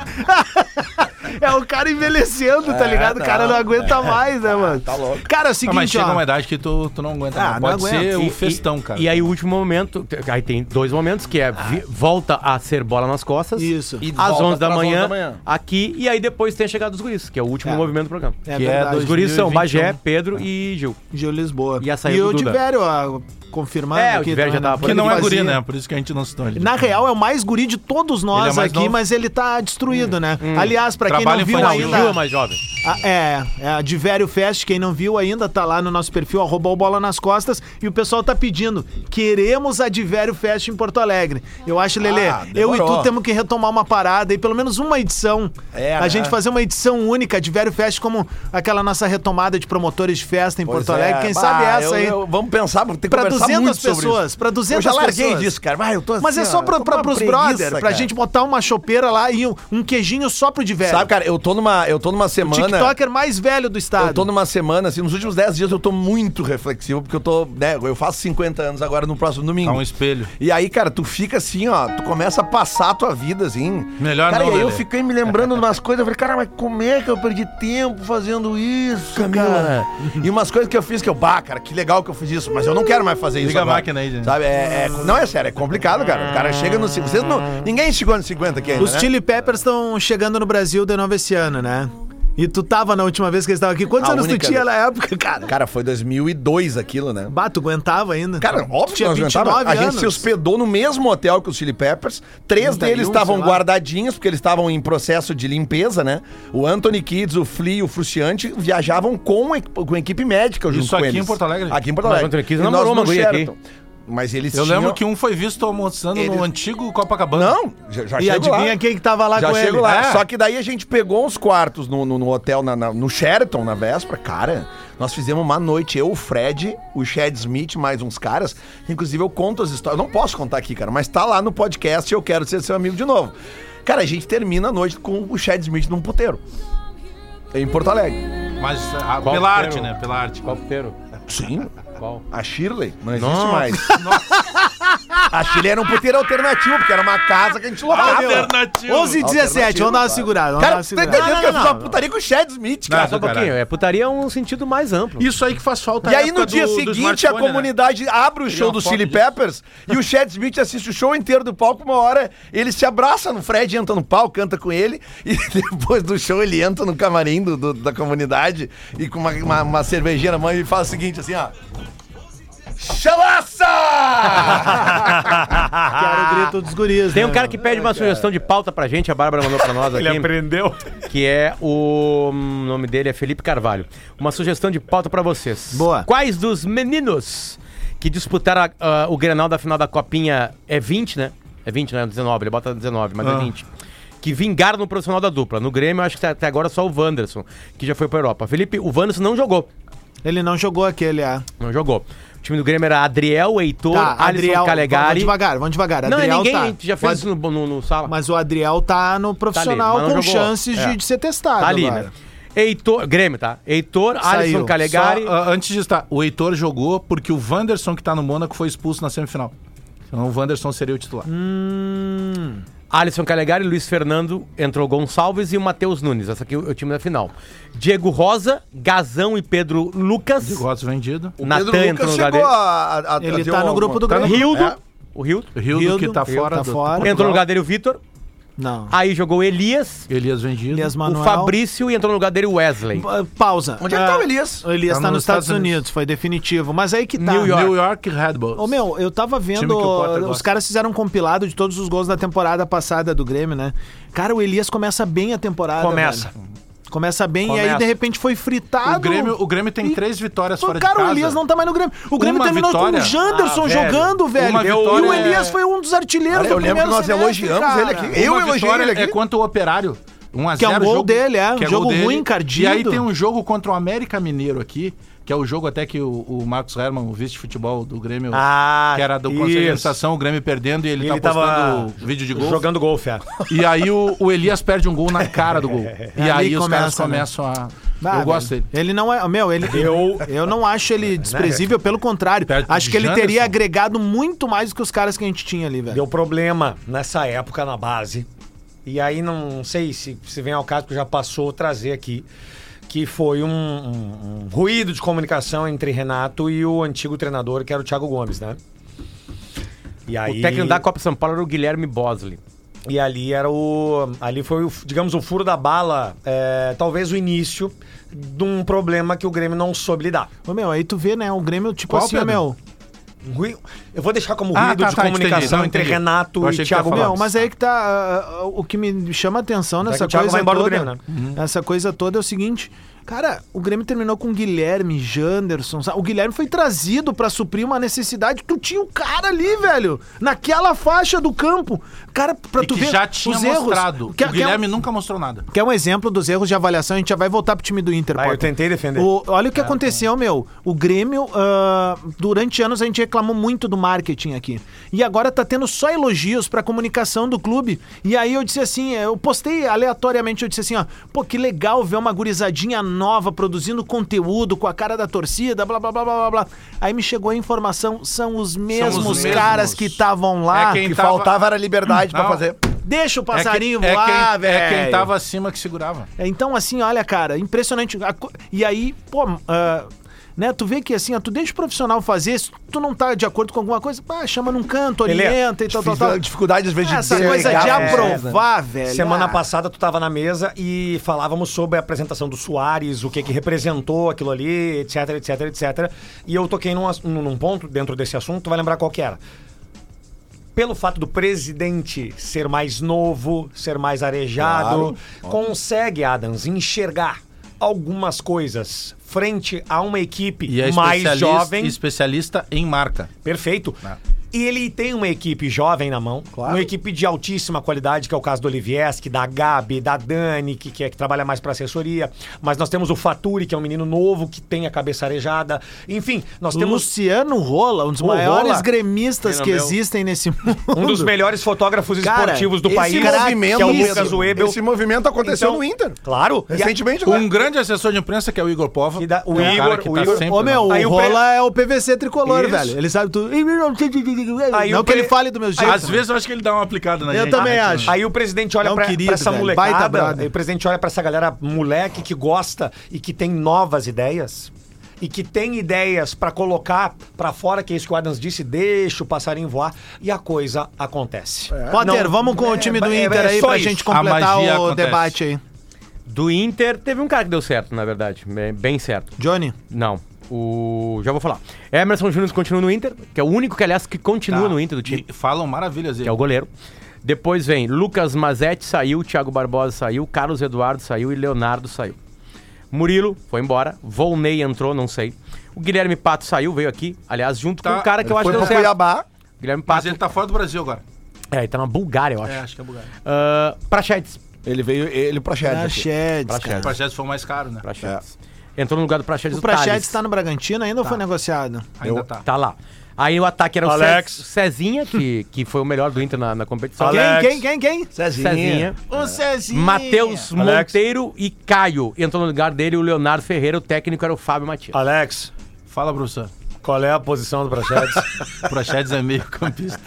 [SPEAKER 2] É o cara envelhecendo,
[SPEAKER 5] É,
[SPEAKER 2] tá ligado? O cara não aguenta mais, né, mano?
[SPEAKER 3] tá louco.
[SPEAKER 2] Cara, é o
[SPEAKER 6] Ah, mas
[SPEAKER 2] seguinte,
[SPEAKER 6] chega uma
[SPEAKER 2] ó.
[SPEAKER 6] idade que tu, tu não aguenta.
[SPEAKER 2] Ah,
[SPEAKER 6] mais.
[SPEAKER 2] não
[SPEAKER 6] Pode ser
[SPEAKER 2] aguento.
[SPEAKER 6] o festão, cara.
[SPEAKER 5] E aí o último momento, te- aí tem dois momentos, que é vi-
[SPEAKER 3] Ah.
[SPEAKER 5] volta a ser bola nas costas.
[SPEAKER 2] Isso.
[SPEAKER 3] E
[SPEAKER 5] Às
[SPEAKER 3] volta
[SPEAKER 5] 11 da
[SPEAKER 3] pras
[SPEAKER 5] manhã,
[SPEAKER 3] 11 da manhã.
[SPEAKER 5] aqui, e aí depois tem a chegada dos guris, que é o último
[SPEAKER 2] É.
[SPEAKER 5] movimento do programa.
[SPEAKER 2] É
[SPEAKER 5] que
[SPEAKER 2] verdade.
[SPEAKER 5] é dos guris são
[SPEAKER 2] 2021.
[SPEAKER 5] Bagé,
[SPEAKER 2] É.
[SPEAKER 5] Pedro e Gil.
[SPEAKER 2] Gil Lisboa.
[SPEAKER 5] E a saída
[SPEAKER 2] e
[SPEAKER 5] do
[SPEAKER 2] o
[SPEAKER 5] Duda.
[SPEAKER 2] Diverio, ó, confirmando
[SPEAKER 5] É, o
[SPEAKER 2] aqui
[SPEAKER 5] Diverio já
[SPEAKER 2] também,
[SPEAKER 5] tava
[SPEAKER 2] né?
[SPEAKER 5] por
[SPEAKER 6] que não
[SPEAKER 2] Ele
[SPEAKER 6] é guri,
[SPEAKER 2] fazia-
[SPEAKER 6] né? Por isso que a gente não citou ele.
[SPEAKER 2] Na real, é o mais guri de todos
[SPEAKER 6] Ele é
[SPEAKER 2] nós
[SPEAKER 6] mais
[SPEAKER 2] aqui,
[SPEAKER 6] novo.
[SPEAKER 2] mas ele tá destruído, né?
[SPEAKER 5] Hum.
[SPEAKER 2] Aliás, pra quem
[SPEAKER 6] Trabalho
[SPEAKER 2] não viu
[SPEAKER 5] Não, o
[SPEAKER 6] infantil.
[SPEAKER 2] ainda...
[SPEAKER 5] Gil é mais jovem.
[SPEAKER 2] Ah, é, é a Diverio Fest, quem não viu ainda, tá lá no nosso perfil, arroba o Bola nas Costas, e o pessoal tá pedindo, queremos a Diverio Fest em Porto Alegre. Eu acho, Lelê,
[SPEAKER 3] Ah,
[SPEAKER 2] eu e
[SPEAKER 3] demorou.
[SPEAKER 2] tu temos que retomar uma parada e pelo menos uma edição.
[SPEAKER 3] É,
[SPEAKER 2] a
[SPEAKER 3] né?
[SPEAKER 2] gente fazer uma edição única, a Diverio Fest, como aquela nossa retomada de promotores de festa em
[SPEAKER 3] Pois é.
[SPEAKER 2] Porto Alegre, quem
[SPEAKER 3] Bah,
[SPEAKER 2] sabe essa
[SPEAKER 3] eu-
[SPEAKER 2] aí.
[SPEAKER 3] eu- vamos pensar, tem que
[SPEAKER 2] Pra
[SPEAKER 3] conversar
[SPEAKER 2] 200
[SPEAKER 3] muito sobre
[SPEAKER 2] pessoas,
[SPEAKER 3] isso.
[SPEAKER 2] pra 200
[SPEAKER 3] Eu já larguei
[SPEAKER 2] pessoas.
[SPEAKER 3] disso, cara. Vai, eu tô
[SPEAKER 2] Mas é
[SPEAKER 3] assim,
[SPEAKER 2] só
[SPEAKER 3] ó, eu
[SPEAKER 2] pra,
[SPEAKER 3] tô
[SPEAKER 2] pra,
[SPEAKER 3] numa
[SPEAKER 2] pros
[SPEAKER 3] preguiça,
[SPEAKER 2] brother, pra
[SPEAKER 3] cara.
[SPEAKER 2] gente botar uma chopeira lá e um, um queijinho só pro Diverio.
[SPEAKER 3] Sabe, cara, eu tô numa, eu tô numa semana...
[SPEAKER 2] TikToker mais velho do estado.
[SPEAKER 3] Eu tô numa semana, assim, nos últimos 10 dias eu tô muito reflexivo, porque eu tô, né, eu faço 50 anos agora no próximo domingo.
[SPEAKER 6] Tá um espelho.
[SPEAKER 3] E aí, cara, tu fica assim, ó, tu começa a passar a tua vida, assim.
[SPEAKER 6] Melhor
[SPEAKER 3] cara,
[SPEAKER 6] não,
[SPEAKER 3] e aí eu
[SPEAKER 6] Lelê.
[SPEAKER 3] fiquei me lembrando de umas coisas, eu falei, cara, mas como é que eu perdi tempo fazendo isso, cara? E umas coisas que eu fiz que eu, bah, cara, que legal que eu fiz isso, mas eu não quero mais fazer isso
[SPEAKER 6] Liga a
[SPEAKER 3] agora.
[SPEAKER 6] máquina aí, gente.
[SPEAKER 3] Sabe, é, é- não é sério, é complicado, cara. O cara chega no... Vocês não... Ninguém chegou nos 50 aqui ainda,
[SPEAKER 2] Os
[SPEAKER 3] né?
[SPEAKER 2] Chili Peppers estão chegando no Brasil de novo esse ano, né? E tu tava na última vez que eles estavam aqui. Quantos
[SPEAKER 3] A
[SPEAKER 2] anos tu
[SPEAKER 3] única
[SPEAKER 2] tinha
[SPEAKER 3] vez.
[SPEAKER 2] na época, cara?
[SPEAKER 3] Cara, foi 2002 aquilo, né?
[SPEAKER 2] Bah, tu aguentava ainda?
[SPEAKER 3] Cara,
[SPEAKER 2] Tu
[SPEAKER 3] óbvio que
[SPEAKER 2] tinha
[SPEAKER 3] nós
[SPEAKER 2] 29
[SPEAKER 3] jantava. A
[SPEAKER 2] anos.
[SPEAKER 3] gente se hospedou no mesmo hotel que os Chili Peppers. Três
[SPEAKER 2] 31,
[SPEAKER 3] deles estavam
[SPEAKER 2] sei lá.
[SPEAKER 3] guardadinhos, porque eles estavam em processo de limpeza, né? O Anthony Kids, o Flea e o Fruciante viajavam com, a equi- com a equipe médica junto
[SPEAKER 6] Isso
[SPEAKER 3] com
[SPEAKER 6] aqui
[SPEAKER 3] eles.
[SPEAKER 6] em Porto Alegre?
[SPEAKER 3] Aqui em Porto
[SPEAKER 5] Mas
[SPEAKER 3] Alegre.
[SPEAKER 5] o Anthony Kidd
[SPEAKER 3] E nós
[SPEAKER 5] namorou uma
[SPEAKER 3] no
[SPEAKER 5] guria aqui.
[SPEAKER 3] Sheraton. Mas eles
[SPEAKER 6] Eu
[SPEAKER 3] tinham-
[SPEAKER 6] lembro que um foi visto almoçando
[SPEAKER 3] Ele-
[SPEAKER 6] no antigo Copacabana.
[SPEAKER 3] Não, já, já
[SPEAKER 2] E
[SPEAKER 3] chego lá.
[SPEAKER 2] adivinha quem que tava lá
[SPEAKER 3] Já
[SPEAKER 2] com
[SPEAKER 3] chego
[SPEAKER 2] ele?
[SPEAKER 3] lá.
[SPEAKER 2] É.
[SPEAKER 3] Só que daí a gente pegou uns quartos no, no- no hotel, na- na- no Sheraton, na véspera. Cara, nós fizemos uma noite, eu, o Fred, o Chad Smith, mais uns caras. Inclusive, eu conto as histórias. Eu não posso contar aqui, cara, mas tá lá no podcast e eu quero ser seu amigo de novo. Cara, a gente termina a noite com o Chad Smith num puteiro. Em Porto Alegre.
[SPEAKER 6] Mas ah,
[SPEAKER 5] Qual
[SPEAKER 6] pela
[SPEAKER 5] era
[SPEAKER 6] arte,
[SPEAKER 5] o-
[SPEAKER 6] né? Pela arte.
[SPEAKER 5] Qual puteiro?
[SPEAKER 3] Sim.
[SPEAKER 5] Qual?
[SPEAKER 3] A Shirley? Não existe
[SPEAKER 5] Nossa.
[SPEAKER 3] mais. A Chile era um puteiro alternativo, porque era uma casa que a gente
[SPEAKER 6] Ah,
[SPEAKER 3] locava.
[SPEAKER 6] Alternativo.
[SPEAKER 2] 11 É. e 17, vamos dar uma segurada. Vamos dar
[SPEAKER 3] Cara,
[SPEAKER 2] uma
[SPEAKER 3] tu tá
[SPEAKER 2] segurada.
[SPEAKER 3] entendendo
[SPEAKER 6] Não,
[SPEAKER 3] que eu
[SPEAKER 6] não,
[SPEAKER 3] fiz uma
[SPEAKER 6] não.
[SPEAKER 3] putaria com o Chad Smith,
[SPEAKER 6] Não,
[SPEAKER 3] cara?
[SPEAKER 5] Só um pouquinho, é putaria é um sentido mais amplo.
[SPEAKER 6] Isso aí que faz falta.
[SPEAKER 3] E aí no dia seguinte a
[SPEAKER 2] né?
[SPEAKER 6] né?
[SPEAKER 3] comunidade abre o
[SPEAKER 2] é
[SPEAKER 3] show
[SPEAKER 6] uma
[SPEAKER 3] do
[SPEAKER 6] foto
[SPEAKER 3] Chili
[SPEAKER 6] disso.
[SPEAKER 3] Peppers e o Chad Smith assiste o show inteiro do palco uma hora, ele se abraça no Fred, entra no palco, canta com ele e depois do show ele entra no camarim do- do- da comunidade e com uma, uma, uma cervejinha na mão e fala o seguinte assim, ó.
[SPEAKER 2] Quero
[SPEAKER 3] Chalaça!
[SPEAKER 2] Ah,
[SPEAKER 3] Ah.
[SPEAKER 2] o grito dos guris.
[SPEAKER 5] Tem um
[SPEAKER 2] né,
[SPEAKER 5] cara
[SPEAKER 2] meu?
[SPEAKER 5] que pede uma sugestão de pauta pra gente, a Bárbara mandou pra nós aqui.
[SPEAKER 3] é
[SPEAKER 4] aprendeu.
[SPEAKER 5] que é o, hum, o nome dele é Felipe Carvalho. Uma sugestão de pauta pra vocês.
[SPEAKER 2] Boa.
[SPEAKER 5] Quais dos meninos que disputaram a- a- o Grenal da final da Copinha é 20, né? É 20, não é 19, ele bota 19, mas
[SPEAKER 2] Ah.
[SPEAKER 5] é 20. Que vingaram no profissional da dupla. No Grêmio, eu acho que tá, até agora só o Wanderson, que já foi pra Europa. Felipe, o Wanderson não jogou.
[SPEAKER 2] Ele não jogou aquele, ah.
[SPEAKER 5] Não jogou. O time do Grêmio era Adriel, Heitor, Alisson
[SPEAKER 2] Tá, Adriel, Vamos
[SPEAKER 5] Calegari.
[SPEAKER 2] devagar, vamos devagar.
[SPEAKER 5] não, é
[SPEAKER 2] Adriel
[SPEAKER 5] ninguém.
[SPEAKER 2] tá.
[SPEAKER 5] a gente já fez
[SPEAKER 2] O
[SPEAKER 5] isso no, no, no sala.
[SPEAKER 2] Mas o Adriel tá no profissional
[SPEAKER 5] mas não
[SPEAKER 2] com
[SPEAKER 5] jogou.
[SPEAKER 2] chances
[SPEAKER 5] É.
[SPEAKER 2] de, de ser testado.
[SPEAKER 5] Tá ali,
[SPEAKER 2] agora.
[SPEAKER 5] né? Heitor, Grêmio, tá? Heitor,
[SPEAKER 2] Saiu.
[SPEAKER 5] Alisson Calegari.
[SPEAKER 6] Só, ah, antes disso, tá. O Heitor jogou porque o Wanderson, que tá no Mônaco, foi expulso na semifinal. Senão o Wanderson seria o titular.
[SPEAKER 2] Hum,
[SPEAKER 5] Alisson Calegari, Luiz Fernando, entrou Gonçalves e o Matheus Nunes. Essa aqui é o time da final. Diego Rosa, Gazão e Pedro Lucas.
[SPEAKER 6] Gosto vendido.
[SPEAKER 5] Natan entrou no lugar dele.
[SPEAKER 3] a, a- a
[SPEAKER 2] Ele
[SPEAKER 3] trazer
[SPEAKER 2] tá no
[SPEAKER 3] uma-
[SPEAKER 2] grupo do
[SPEAKER 6] tá no
[SPEAKER 2] Grêmio.
[SPEAKER 5] Rildo.
[SPEAKER 6] É.
[SPEAKER 5] O Rildo.
[SPEAKER 6] O Rildo,
[SPEAKER 2] Rildo,
[SPEAKER 6] que tá
[SPEAKER 2] Rildo
[SPEAKER 6] fora
[SPEAKER 2] tá
[SPEAKER 6] do
[SPEAKER 2] fora.
[SPEAKER 6] Portugal.
[SPEAKER 5] Entrou no lugar dele o Vitor.
[SPEAKER 2] Não.
[SPEAKER 3] Ah,
[SPEAKER 5] Aí jogou o Elias,
[SPEAKER 6] Elias vendido.
[SPEAKER 2] Elias
[SPEAKER 5] o
[SPEAKER 2] Manuel.
[SPEAKER 5] Fabrício e entrou no lugar dele o Wesley.
[SPEAKER 2] Pa- Pausa.
[SPEAKER 3] Onde é que tá o Elias?
[SPEAKER 2] O Elias tá, nos Estados Unidos. foi definitivo. Mas aí que tá.
[SPEAKER 5] New York.
[SPEAKER 6] New York Red Bulls.
[SPEAKER 2] Ô, meu, eu tava
[SPEAKER 6] Time que
[SPEAKER 2] vendo.
[SPEAKER 6] o Potter
[SPEAKER 2] Os
[SPEAKER 6] gosta.
[SPEAKER 2] caras fizeram um compilado de todos os gols da temporada passada do Grêmio, né? Cara, o Elias começa bem a temporada.
[SPEAKER 5] Começa.
[SPEAKER 2] velho. Começa bem e aí,
[SPEAKER 5] Começa.
[SPEAKER 2] de repente, foi fritado.
[SPEAKER 6] o, Grêmio, o Grêmio tem
[SPEAKER 2] E-
[SPEAKER 6] três vitórias
[SPEAKER 2] Pô,
[SPEAKER 6] fora
[SPEAKER 2] cara,
[SPEAKER 6] de casa.
[SPEAKER 2] o Elias não tá mais no Grêmio. O Grêmio
[SPEAKER 6] Uma
[SPEAKER 2] terminou
[SPEAKER 6] vitória.
[SPEAKER 2] com o Janderson
[SPEAKER 5] Ah, velho.
[SPEAKER 2] jogando, velho.
[SPEAKER 6] Uma
[SPEAKER 2] e
[SPEAKER 6] vitória
[SPEAKER 2] o
[SPEAKER 6] é-
[SPEAKER 2] Elias foi um dos artilheiros
[SPEAKER 3] Cara,
[SPEAKER 2] do
[SPEAKER 3] eu lembro
[SPEAKER 2] primeiro
[SPEAKER 3] que nós
[SPEAKER 2] semestre,
[SPEAKER 3] elogiamos
[SPEAKER 2] cara.
[SPEAKER 3] ele aqui.
[SPEAKER 6] Eu
[SPEAKER 3] Eu
[SPEAKER 6] Uma
[SPEAKER 3] elogiei
[SPEAKER 6] vitória
[SPEAKER 3] ele aqui.
[SPEAKER 6] é contra o Operário. 1 a 0,
[SPEAKER 2] Que é um gol
[SPEAKER 6] jogo,
[SPEAKER 2] dele, é. Um
[SPEAKER 6] que
[SPEAKER 2] jogo
[SPEAKER 6] dele.
[SPEAKER 2] ruim, encardido.
[SPEAKER 6] E aí tem um jogo contra o América Mineiro aqui, que é o jogo até que o, o Marcos Herman, o vice de futebol do Grêmio,
[SPEAKER 5] Ah,
[SPEAKER 6] que era do Conselho de Administração, o Grêmio perdendo e ele,
[SPEAKER 4] Ele
[SPEAKER 6] tá
[SPEAKER 4] tava
[SPEAKER 6] postando vídeo de gol.
[SPEAKER 4] Jogando golfe, é.
[SPEAKER 6] E aí o, o Elias perde um gol na cara do gol. E aí
[SPEAKER 2] É. Ali
[SPEAKER 6] os caras
[SPEAKER 2] começa,
[SPEAKER 6] começam a...
[SPEAKER 2] Ah,
[SPEAKER 6] eu gosto
[SPEAKER 2] velho,
[SPEAKER 6] dele.
[SPEAKER 2] Ele não é. Meu, ele, eu, eu não acho ele desprezível, pelo contrário.
[SPEAKER 6] Né? Perto
[SPEAKER 2] acho
[SPEAKER 6] de
[SPEAKER 2] que ele
[SPEAKER 6] Janderson.
[SPEAKER 2] teria agregado muito mais do que os caras que a gente tinha ali, velho.
[SPEAKER 4] Deu problema nessa época na base. E aí não sei se, se vem ao caso que já passou trazer aqui. Que foi um, um- um ruído de comunicação entre Renato e o antigo treinador, que era o Thiago Gomes, né? E aí,
[SPEAKER 5] O técnico da Copa São Paulo era o Guilherme Bosley.
[SPEAKER 4] E ali era o. Ali foi, o, digamos, o furo da bala, é, talvez o início de um problema que o Grêmio não soube lidar.
[SPEAKER 2] Ô, meu, aí tu vê, né? O Grêmio, tipo
[SPEAKER 6] Qual,
[SPEAKER 2] assim,
[SPEAKER 6] Pedro?
[SPEAKER 2] meu.
[SPEAKER 4] Um ruí- Eu vou deixar como
[SPEAKER 6] Ah,
[SPEAKER 4] ruído
[SPEAKER 6] tá,
[SPEAKER 4] de
[SPEAKER 6] tá, entendi,
[SPEAKER 4] comunicação
[SPEAKER 6] não,
[SPEAKER 4] entre
[SPEAKER 6] entendi.
[SPEAKER 4] Renato
[SPEAKER 6] Eu
[SPEAKER 4] e
[SPEAKER 6] achei que tu ia
[SPEAKER 4] Thiago
[SPEAKER 6] falar.
[SPEAKER 4] Gomes.
[SPEAKER 2] Não, mas aí que tá. ah, ah, o que me chama atenção
[SPEAKER 4] que
[SPEAKER 2] nessa
[SPEAKER 4] o Thiago
[SPEAKER 2] coisa
[SPEAKER 4] vai embora do
[SPEAKER 2] toda.
[SPEAKER 4] Grêmio,
[SPEAKER 6] né? Uhum.
[SPEAKER 2] Essa coisa toda é o seguinte. Cara, o Grêmio terminou com Guilherme, Janderson. sabe? O Guilherme foi trazido pra suprir uma necessidade. Tu tinha o cara ali, velho. Naquela faixa do campo. Cara, pra
[SPEAKER 6] E
[SPEAKER 2] tu
[SPEAKER 6] que
[SPEAKER 2] ver.
[SPEAKER 6] já tinha
[SPEAKER 2] os erros. Quer-
[SPEAKER 6] mostrado. o
[SPEAKER 2] quer um-
[SPEAKER 6] Guilherme nunca mostrou nada.
[SPEAKER 2] Quer um exemplo dos erros de avaliação? A gente já vai voltar pro time do Inter,
[SPEAKER 4] Ah, eu
[SPEAKER 2] Potter.
[SPEAKER 4] tentei defender.
[SPEAKER 2] O- olha o
[SPEAKER 6] Ah,
[SPEAKER 2] que
[SPEAKER 6] tá.
[SPEAKER 2] aconteceu, meu. O Grêmio, ah, durante anos, a gente reclamou muito do marketing aqui. E agora tá tendo só elogios pra comunicação do clube. E aí eu disse assim, eu postei aleatoriamente, eu disse assim, ó, pô, que legal ver uma gurizadinha nova produzindo conteúdo com a cara da torcida, blá blá blá blá blá, blá. Aí me chegou a informação, são os mesmos
[SPEAKER 6] mesmos.
[SPEAKER 2] caras Ah, que estavam lá.
[SPEAKER 6] É quem
[SPEAKER 3] O que
[SPEAKER 6] tava-
[SPEAKER 3] faltava era liberdade pra
[SPEAKER 6] Não.
[SPEAKER 3] fazer.
[SPEAKER 2] Tá, Deixa o
[SPEAKER 6] É que-
[SPEAKER 2] passarinho
[SPEAKER 6] é
[SPEAKER 2] voar,
[SPEAKER 6] quem,
[SPEAKER 2] velho.
[SPEAKER 6] é quem tava acima que segurava.
[SPEAKER 2] É, Então, assim, olha, cara, impressionante. A co- E aí, pô, ah, né, tu vê que assim, ó, tu deixa o profissional fazer, se tu não tá de acordo com alguma coisa, pá, chama num canto,
[SPEAKER 4] Ele é
[SPEAKER 2] orienta e tal, tal, tal.
[SPEAKER 3] Dificuldade às vezes de
[SPEAKER 2] Essa
[SPEAKER 3] delegar
[SPEAKER 2] coisa de
[SPEAKER 3] funções, né?
[SPEAKER 2] aprovar, velho.
[SPEAKER 4] Semana
[SPEAKER 2] ah,
[SPEAKER 4] passada tu tava na mesa e falávamos sobre a apresentação do Soares, o que que representou aquilo ali, etc, etc, etc. E eu toquei num, ass- num num ponto dentro desse assunto, tu vai lembrar qual que era. Pelo fato do presidente ser mais novo, ser mais arejado, consegue, Adams, enxergar algumas coisas frente a uma equipe
[SPEAKER 6] E é
[SPEAKER 4] mais
[SPEAKER 6] especialista,
[SPEAKER 4] jovem.
[SPEAKER 6] especialista em marca.
[SPEAKER 4] Perfeito.
[SPEAKER 3] Né?
[SPEAKER 4] E ele tem uma equipe jovem na mão, uma equipe de altíssima qualidade, que é o caso do Olivieski, da Gabi, da Dani, que, que, é, que trabalha mais para assessoria. Mas nós temos o Faturi, que é um menino novo, que tem a cabeça arejada. Enfim, nós temos
[SPEAKER 2] Luciano Rola, um dos
[SPEAKER 4] O
[SPEAKER 2] maiores
[SPEAKER 4] Rola?
[SPEAKER 2] gremistas que
[SPEAKER 6] Meu.
[SPEAKER 2] existem nesse mundo.
[SPEAKER 4] é um dos melhores fotógrafos
[SPEAKER 2] Cara,
[SPEAKER 4] esportivos do
[SPEAKER 2] esse
[SPEAKER 4] país,
[SPEAKER 2] craque,
[SPEAKER 4] que é o Lucas
[SPEAKER 3] Pedro,
[SPEAKER 4] Webel.
[SPEAKER 3] Esse movimento aconteceu
[SPEAKER 4] Então,
[SPEAKER 3] no Inter.
[SPEAKER 4] Claro. E a-
[SPEAKER 3] Recentemente né? agora.
[SPEAKER 6] Um grande assessor de imprensa, que é o Igor Pova.
[SPEAKER 4] E da- o
[SPEAKER 6] que é um
[SPEAKER 4] Igor-
[SPEAKER 6] cara que
[SPEAKER 4] o
[SPEAKER 6] tá
[SPEAKER 4] Igor-
[SPEAKER 6] sempre
[SPEAKER 2] Ô, meu,
[SPEAKER 6] na-
[SPEAKER 4] Aí
[SPEAKER 2] o
[SPEAKER 4] o pre-
[SPEAKER 2] Rola é o PVC tricolor,
[SPEAKER 6] Isso.
[SPEAKER 2] velho. Ele sabe tudo.
[SPEAKER 4] Aí
[SPEAKER 2] não
[SPEAKER 4] o
[SPEAKER 2] que
[SPEAKER 4] pre-
[SPEAKER 2] ele fale do meu jeito.
[SPEAKER 6] Às vezes eu acho que ele dá uma aplicada na
[SPEAKER 2] Eu
[SPEAKER 6] gente.
[SPEAKER 2] também
[SPEAKER 6] né?
[SPEAKER 2] acho.
[SPEAKER 4] Aí o presidente olha
[SPEAKER 2] É um
[SPEAKER 4] pra,
[SPEAKER 2] querido,
[SPEAKER 4] pra essa
[SPEAKER 2] velho. Baita
[SPEAKER 4] molecada,
[SPEAKER 2] brother.
[SPEAKER 4] aí o presidente olha pra essa galera moleque que gosta e que tem novas ideias e que tem ideias pra colocar pra fora, que é isso que o Adams disse, deixa o passarinho voar e a coisa acontece.
[SPEAKER 2] Potter,
[SPEAKER 4] Não,
[SPEAKER 2] vamos com o time do
[SPEAKER 4] é- é
[SPEAKER 2] Inter aí
[SPEAKER 4] só
[SPEAKER 2] pra
[SPEAKER 4] isso.
[SPEAKER 2] gente
[SPEAKER 6] A
[SPEAKER 2] completar o
[SPEAKER 6] magia acontece.
[SPEAKER 2] debate aí.
[SPEAKER 5] Do Inter, teve um cara que deu certo, na verdade. Bem, bem certo.
[SPEAKER 2] Johnny,
[SPEAKER 5] Não. O. Já vou falar. Emerson Júnior continua no Inter, que é o único que, aliás, que continua no Inter do time.
[SPEAKER 6] Tá. E falam maravilhas
[SPEAKER 5] que
[SPEAKER 6] ele.
[SPEAKER 5] é o goleiro. Depois vem Lucas Mazetti saiu, Thiago Barbosa saiu, Carlos Eduardo saiu e Leonardo saiu. Murilo foi embora, Volney entrou, não sei. O Guilherme Pato saiu, veio aqui, aliás, junto com
[SPEAKER 6] Tá.
[SPEAKER 5] o cara que eu acho
[SPEAKER 3] Foi
[SPEAKER 5] que deu
[SPEAKER 3] pro
[SPEAKER 5] certo.
[SPEAKER 3] Cuiabá.
[SPEAKER 5] Guilherme
[SPEAKER 6] Mas
[SPEAKER 5] Pato.
[SPEAKER 6] ele tá fora do Brasil agora.
[SPEAKER 5] É, ele tá na Bulgária, eu acho.
[SPEAKER 6] É, acho que é Bulgária.
[SPEAKER 5] Ah, Prachedes.
[SPEAKER 3] Ele veio, ele pra
[SPEAKER 6] né?
[SPEAKER 3] Shed.
[SPEAKER 2] Praxedes.
[SPEAKER 5] Praxedes.
[SPEAKER 6] O projeto foi o mais caro, né?
[SPEAKER 5] Prachedes. É. Entrou no lugar do Prachedes
[SPEAKER 2] O Praxedes
[SPEAKER 5] Tales.
[SPEAKER 2] tá no Bragantino ainda ou foi negociado?
[SPEAKER 6] Ainda
[SPEAKER 3] Eu-
[SPEAKER 6] tá.
[SPEAKER 5] Tá lá. Aí o ataque era o
[SPEAKER 4] Ah, Alex.
[SPEAKER 5] Ce- Cezinha, que, que foi o melhor do Inter na, na competição. é
[SPEAKER 4] Alex.
[SPEAKER 2] Quem, quem, quem, quem?
[SPEAKER 3] Cezinha.
[SPEAKER 5] Cezinha.
[SPEAKER 2] O Cezinho.
[SPEAKER 5] Matheus
[SPEAKER 4] Alex.
[SPEAKER 5] Monteiro e Caio. Entrou no lugar dele o Leonardo Ferreira, o técnico era o Fábio Matias.
[SPEAKER 4] Alex,
[SPEAKER 6] Fala, professor.
[SPEAKER 4] qual é a posição do Prachedes?
[SPEAKER 6] O Prachedes é meio campista.